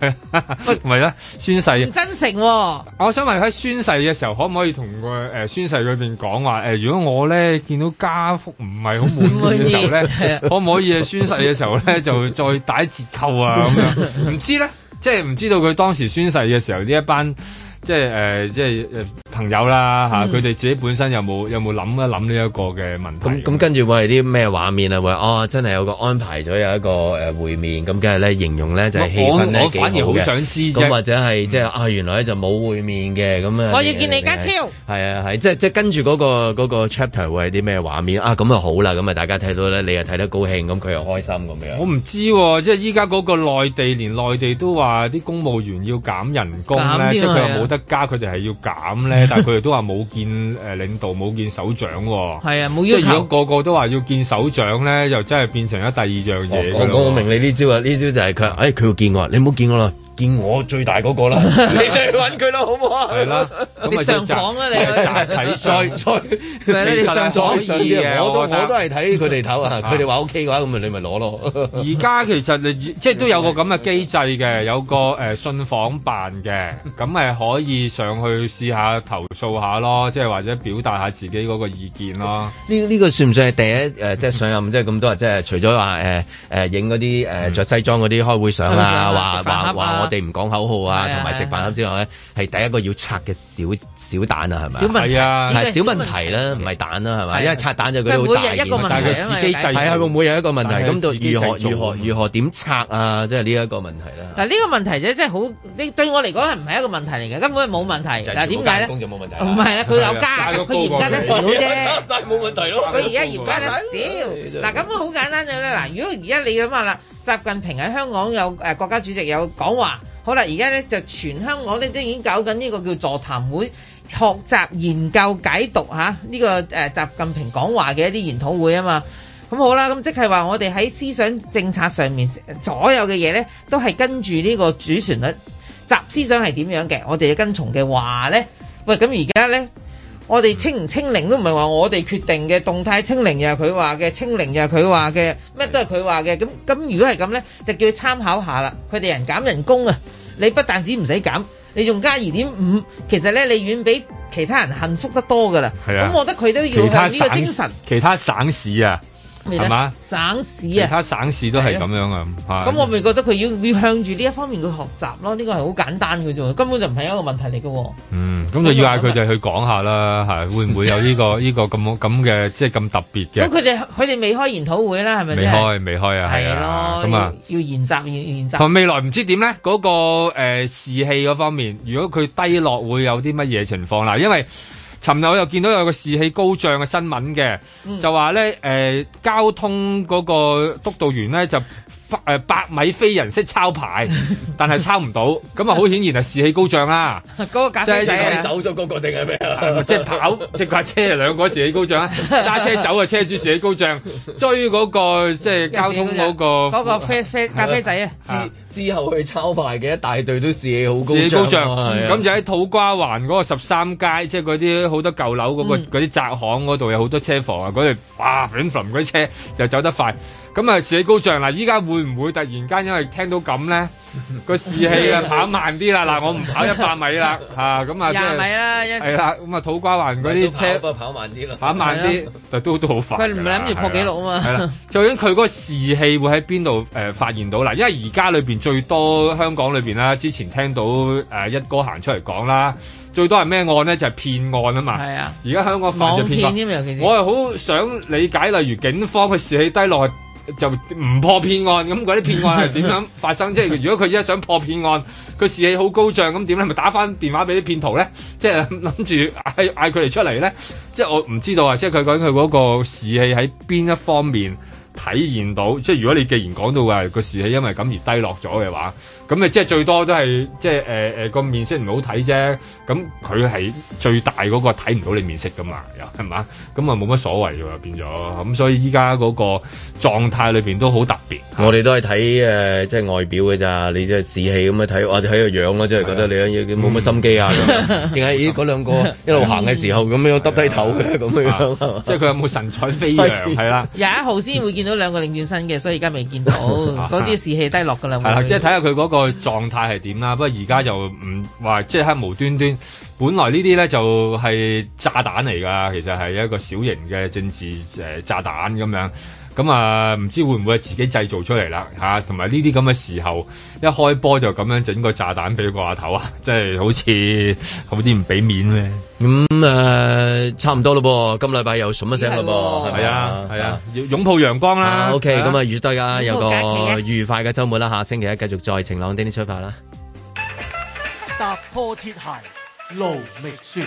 Speaker 6: 唔係啦，啊宣
Speaker 4: 唔
Speaker 6: 誓。
Speaker 4: 真誠喎。
Speaker 6: 我想問喺宣誓嘅時候，可唔可以同個誒宣誓裏邊講話誒？如果我咧見到家福唔係好滿意嘅時候咧，
Speaker 4: *laughs*
Speaker 6: *laughs* 可唔可以宣誓嘅時候咧就再打折扣啊？咁樣唔知咧，即係唔知道佢當時宣誓嘅時候呢一班。即係誒、呃即係誒朋友啦嚇，
Speaker 2: 嗯
Speaker 6: 佢哋、自己本身有冇有冇諗一諗呢一個嘅問題？啊
Speaker 2: 咁咁跟住會係啲咩畫面啊？會哦，真係有個安排咗有一個誒會面，咁跟住咧形容咧就係氣
Speaker 6: 我
Speaker 2: 氛咧
Speaker 6: 我
Speaker 2: 幾
Speaker 6: 反而好
Speaker 2: 嘅
Speaker 6: 想知啫
Speaker 2: 咁或者係即係啊，原來咧就冇會面嘅咁啊。
Speaker 4: 我要見李家超
Speaker 2: 係啊係，即係即係跟住嗰個嗰個 chapter 會係啲咩畫面啊？咁啊好啦，咁啊大家睇到咧，你又睇得高興，咁佢又開心咁樣。
Speaker 6: 我唔知喎、即係依家嗰個內地，連內地都話啲公務員要減人工
Speaker 2: 減
Speaker 6: 咧，
Speaker 2: 添
Speaker 6: 即係佢
Speaker 2: 係啊
Speaker 6: 話冇得加，佢哋係要減咧，但係佢哋都話冇見誒、呃、領導，冇見首長喎、
Speaker 4: 係啊，冇
Speaker 6: 即
Speaker 4: 要
Speaker 6: 係如
Speaker 4: 求。
Speaker 6: 果個個都話要見首長咧，又真係變成咗第二樣嘢㗎
Speaker 2: 我
Speaker 6: 啦
Speaker 2: 哦講我明你呢招啊，呢招就係佢，誒佢要見我，你唔好見我啦，見我最大嗰
Speaker 6: *laughs*
Speaker 2: 個啦， *laughs* 你哋去揾佢啦，好唔好啊？
Speaker 6: 係啦，
Speaker 2: 你上
Speaker 4: 訪啊你
Speaker 6: 集
Speaker 2: 再 *laughs* 再
Speaker 6: 其實
Speaker 2: 你上
Speaker 6: 可
Speaker 2: 廠
Speaker 6: 以
Speaker 2: 上啲
Speaker 6: 嘅
Speaker 2: 啊我都
Speaker 6: 我覺得
Speaker 2: 我都係睇佢哋頭啊，佢哋話 OK 嘅話，咁咪你咪攞咯。
Speaker 6: 而家其實你即係都有個咁嘅機制嘅，有個誒、呃信訪辦嘅，咁係可以上去試下投訴下咯，即係或者表達下自己嗰個意見咯。
Speaker 2: *laughs* 呢呢個算唔算係第一誒，即係上任即係咁多人，即係除咗話誒誒影嗰啲誒着西裝嗰啲開會相
Speaker 6: 開會相
Speaker 2: 啊，
Speaker 6: 啊
Speaker 2: 話
Speaker 6: 食飯盒
Speaker 2: 話
Speaker 6: 啊
Speaker 2: 話我哋唔講口號啊，
Speaker 6: 係啊
Speaker 2: 同埋食飯盒之外咧，係第一個要拆嘅小小蛋啊，係咪？
Speaker 6: 小問題係啊呢個
Speaker 2: 係
Speaker 6: 係
Speaker 2: 小問題啦，唔係蛋啦，係
Speaker 6: 係啊
Speaker 2: 咪？因為拆蛋就嗰啲好大
Speaker 6: 佢每日一個問題
Speaker 2: 件事
Speaker 6: 啊嘛但係佢自己製造
Speaker 2: 係啊，佢每日一個問題，
Speaker 6: 但係佢
Speaker 2: 咁到
Speaker 6: 自己
Speaker 2: 如何
Speaker 6: 製造
Speaker 2: 如何如何點拆啊？即係呢一個問題啦。
Speaker 4: 嗱呢個問題啫，真係好，你對我嚟講係唔係一個問題嚟嘅，根本係冇問題。嗱點解咧？
Speaker 2: 就冇問題
Speaker 4: 唔係啦，佢有加，佢嚴加得少啫。
Speaker 2: 真係冇問題
Speaker 6: *laughs*
Speaker 2: 咯。
Speaker 4: 佢而家嚴加得少。嗱咁好簡單嘅啦。嗱，如果而家你諗下啦，習近平喺香港有誒、呃、國家主席有講話，好啦，而家咧就全香港咧都已經搞緊呢個叫座談會。學習、研究、解讀嚇呢、個誒、呃、習近平講話嘅一啲研討會啊嘛，咁好啦，咁即係話我哋喺思想政策上面所有嘅嘢呢，都係跟住呢個主旋律，習思想係點樣嘅，我哋要跟從嘅話呢。喂，咁而家呢，我哋清唔清零都唔係話我哋決定嘅，動態清零又係佢話嘅，清零又係佢話嘅，咩都係佢話嘅。咁咁如果係咁呢，就叫佢參考下啦。佢哋人減人工啊，你不但止唔使減，你仲加二點五，其實呢，你遠比其他人幸福得多噶啦。
Speaker 6: 係啊
Speaker 4: 咁我覺得佢都要
Speaker 6: 其他
Speaker 4: 向呢個
Speaker 6: 省
Speaker 4: 精神，
Speaker 6: 其他省市啊，
Speaker 4: 咪
Speaker 6: 係嘛？
Speaker 4: 省市
Speaker 6: 其
Speaker 4: 啊。
Speaker 6: 他省市都係咁樣啊，
Speaker 4: 咁
Speaker 6: 係
Speaker 4: 我咪覺得佢要要向住呢一方面去學習咯，呢個係好簡單嘅啫，根本就唔係一個問題嚟嘅喎。
Speaker 6: 嗯，咁就要嗌佢哋去講下啦，係會唔會有呢個呢個咁咁嘅即係咁特別
Speaker 4: 咁佢
Speaker 6: 嘅？
Speaker 4: 哋佢哋未開研討會啦，係咪
Speaker 6: 未
Speaker 4: 先？
Speaker 6: 開未開啊，係
Speaker 4: 係
Speaker 6: 啊，
Speaker 4: 咯，
Speaker 6: 咁啊。
Speaker 4: 要要研習要研
Speaker 6: 同
Speaker 4: 習。
Speaker 6: 埋未來唔知點咧，嗰、個、呃、士氣嗰方面，如果佢低落會有啲乜嘢情況啦？因為尋日我又見到有個士氣高漲嘅新聞嘅，就話咧誒交通嗰個督導員咧就。誒百米飛人式抄牌，但係抄唔到，咁啊好顯然係士氣高漲啦。
Speaker 4: 嗰個咖啡仔啊
Speaker 2: 走咗嗰個定係咩啊？
Speaker 6: 即係跑，即係架車兩個士氣高漲啊，揸車走啊車主士氣高漲，追嗰、個即係交通嗰、個
Speaker 4: 嗰個啡啡咖啡仔啊，
Speaker 2: 之之後去抄牌嘅一大隊都士氣好高
Speaker 6: 自己高漲，
Speaker 2: 啊係啊
Speaker 6: 咁就喺土瓜灣嗰個十三街，即係嗰啲好多舊樓嗰、個
Speaker 2: 嗯
Speaker 6: 嗰啲窄巷嗰度有好多車房啊，嗰度哇 f 嗰啲車又走得快，咁啊士氣高漲嗱，依家會唔會突然間因為聽到咁咧個士氣啊跑慢啲啦？嗱，我唔跑一百米啦，嚇咁啊，即係
Speaker 4: 廿米啦一
Speaker 6: 係啦，咁啊土瓜灣嗰啲車
Speaker 2: 都跑不過跑慢啲啦，
Speaker 6: 跑慢啲，但都都好快㗎啦。
Speaker 4: 佢唔係諗住破紀錄啊嘛
Speaker 6: 係
Speaker 4: *laughs*
Speaker 6: 啦，究竟佢嗰個士氣會喺邊度誒發現到嗱？因為而家裏邊最多香港裏邊啦，之前聽到誒、呃一哥行出嚟講啦，最多係咩案咧？就係、騙案啊嘛。
Speaker 4: 係啊，
Speaker 6: 而家香港犯罪
Speaker 4: 網
Speaker 6: 騙
Speaker 4: 騙
Speaker 6: 案
Speaker 4: 添尤其是
Speaker 6: 我係好想理解，例如警方佢士氣低落。就唔破騙案，咁嗰啲騙案係點樣發生？即係如果佢而家想破騙案，佢士氣好高漲，咁點咧？咪打翻電話俾啲騙徒咧？ *laughs* 即係諗住嗌嗌佢哋出嚟咧？即係我唔知道啊！即係佢講佢嗰個士氣喺邊一方面體現到？即係如果你既然講到話個士氣因為咁而低落咗嘅話，咁咪即係最多都係即係誒誒個面色唔好睇啫。咁佢係最大嗰個睇唔到你面色噶嘛，又係嘛？咁啊冇乜所謂喎，變咗咁，所以依家嗰個狀態裏邊都好特別。
Speaker 2: 我哋都係睇誒，即係外表嘅咋，你即係士氣咁樣睇，我哋睇個樣咯，即係覺得你冇乜心
Speaker 6: *laughs*
Speaker 2: 機啊咁樣。點解咦嗰兩個一路行嘅時候咁樣耷低頭嘅咁 *laughs* 樣？
Speaker 6: 即係啊佢有冇神采飛揚係啦。
Speaker 4: 廿一號先會見到兩個領轉身嘅，所以而家未
Speaker 6: *laughs*
Speaker 4: 見到，嗰啲士氣低落㗎啦。
Speaker 6: 啊係啦，
Speaker 4: 會
Speaker 6: 即係睇下佢嗰個狀態係點啦。不過而家就唔話，即係喺無端端。本來呢啲咧就係炸彈嚟㗎，其實係一個小型嘅政治誒、呃炸彈咁樣。咁啊，唔知會唔會係自己製造出嚟啦嚇，同埋呢啲咁嘅時候，一開波就咁樣整個炸彈俾個阿頭啊， *laughs* 即係好似好似唔俾面咩？
Speaker 2: 咁誒，差唔多咯噃，今禮拜又數一聲咯噃，係咪
Speaker 6: 係啊係啊，要擁抱陽光啦。
Speaker 2: OK，
Speaker 6: 係啊
Speaker 2: 咁啊，預大家有
Speaker 6: 擁抱假期啊
Speaker 2: 個愉快嘅週末啦，下星期一繼續再晴朗啲啲出發啦。
Speaker 15: 踏破鐵鞋路未雪。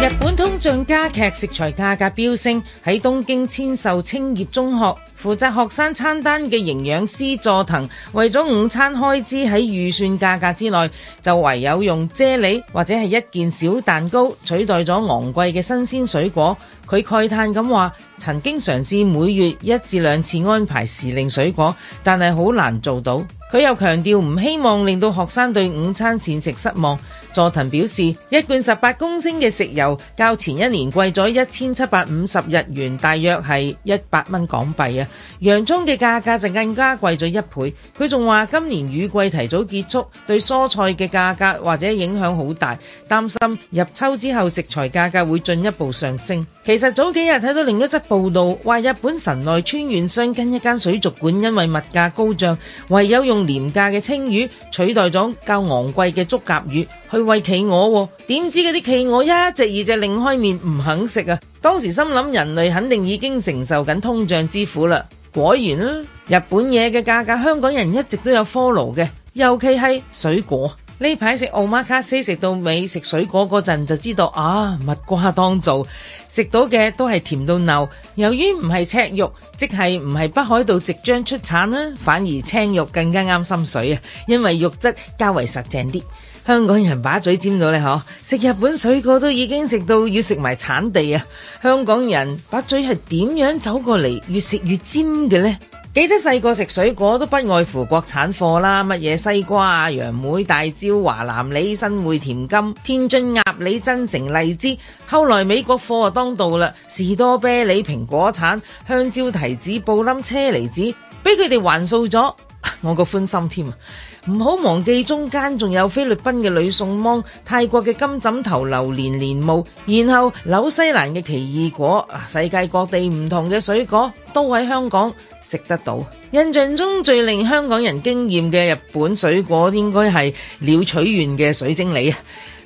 Speaker 4: 日本通脹加劇，食材價格飆升。喺東京千壽青葉中學，負責學生餐單嘅營養師佐藤，為咗午餐開支喺預算價格之內，就唯有用啫喱或者係一件小蛋糕取代咗昂貴嘅新鮮水果。佢慨嘆咁話：曾經嘗試每月一至兩次安排時令水果，但係好難做到。佢又強調唔希望令到學生對午餐膳食失望。佐藤表示，一罐十八公升嘅食油較前一年貴咗一千七百五十日元，大約係一百蚊港幣啊。洋葱嘅價格就更加貴咗一倍。佢仲話今年雨季提早結束，對蔬菜嘅價格或者影響好大，擔心入秋之後食材價格會進一步上升。其實早幾日睇到另一則報道，話日本神奈川縣相跟一間水族館因為物價高漲，唯有用廉價嘅青魚取代咗較昂貴嘅竹夾魚去餵企鵝喎。點知嗰啲企鵝一隻二隻另開面唔肯食啊！當時心諗人類肯定已經承受緊通脹之苦啦。果然啦、日本嘢嘅價格香港人一直都有 follow 嘅，尤其係水果。呢排食 omakase 食到尾，食水果嗰陣就知道啊，蜜瓜當造，食到嘅都係甜到漏。由於唔係赤肉，即係唔係北海道直將出產啦，反而青肉更加啱心水啊，因為肉質較為實淨啲。香港人把嘴尖到咧，嗬！食日本水果都已經食到要食埋產地啊！香港人把嘴係點樣走過嚟，越食越尖嘅呢？記得細個食水果都不外乎國產貨啦，乜嘢西瓜啊、楊梅、大蕉、華南李、新會甜柑、天津鴨梨、增城荔枝。後來美國貨啊當道啦，士多啤梨、蘋果橙、香蕉、提子、布冧、車厘子，俾佢哋橫掃咗， *laughs* 我個歡心添啊！唔好忘記中間仲有菲律賓嘅呂宋芒、泰國嘅金枕頭榴蓮蓮霧，然後紐西蘭嘅奇異果，啊世界各地唔同嘅水果都喺香港食得到。印象中最令香港人驚豔嘅日本水果應該係鳥取縣嘅水晶梨啊！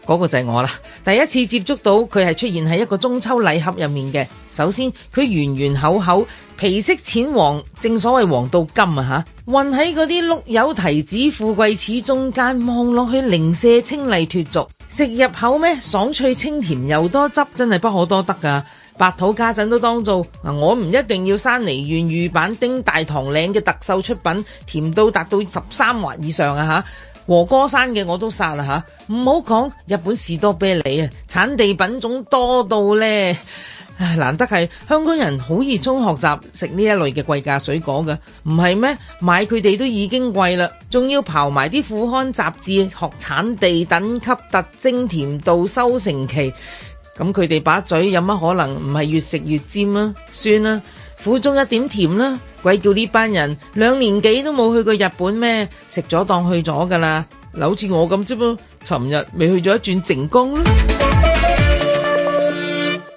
Speaker 4: 嗰個就係我啦。第一次接觸到佢係出現喺一個中秋禮盒入面嘅。首先佢圓圓厚厚，皮色淺黃，正所謂黃到金啊嚇。混喺嗰啲碌柚提子富貴柿中間，望落去零舍清麗脱俗。食入口咩爽脆清甜又多汁，真係不可多得㗎。白土家陣都當做嗱，我唔一定要山梨縣御板丁大堂嶺嘅特秀出品，甜到達到十三或以上啊嚇。和歌山嘅我都殺啦吓，唔好講日本士多啤梨啊，產地品種多到呢。唉，難得係香港人好熱衷學習食呢一類嘅貴價水果嘅，唔係咩？買佢哋都已經貴啦，仲要刨埋啲副刊雜誌學產地、等級、特徵、甜度、收成期，咁佢哋把嘴有乜可能唔係越食越尖啊？算啦，苦中一點甜啦。鬼叫呢班人兩年幾都冇去過日本咩？食咗當去咗㗎啦，嗱好似我咁啫噃，尋日咪去咗一轉靜岡啦。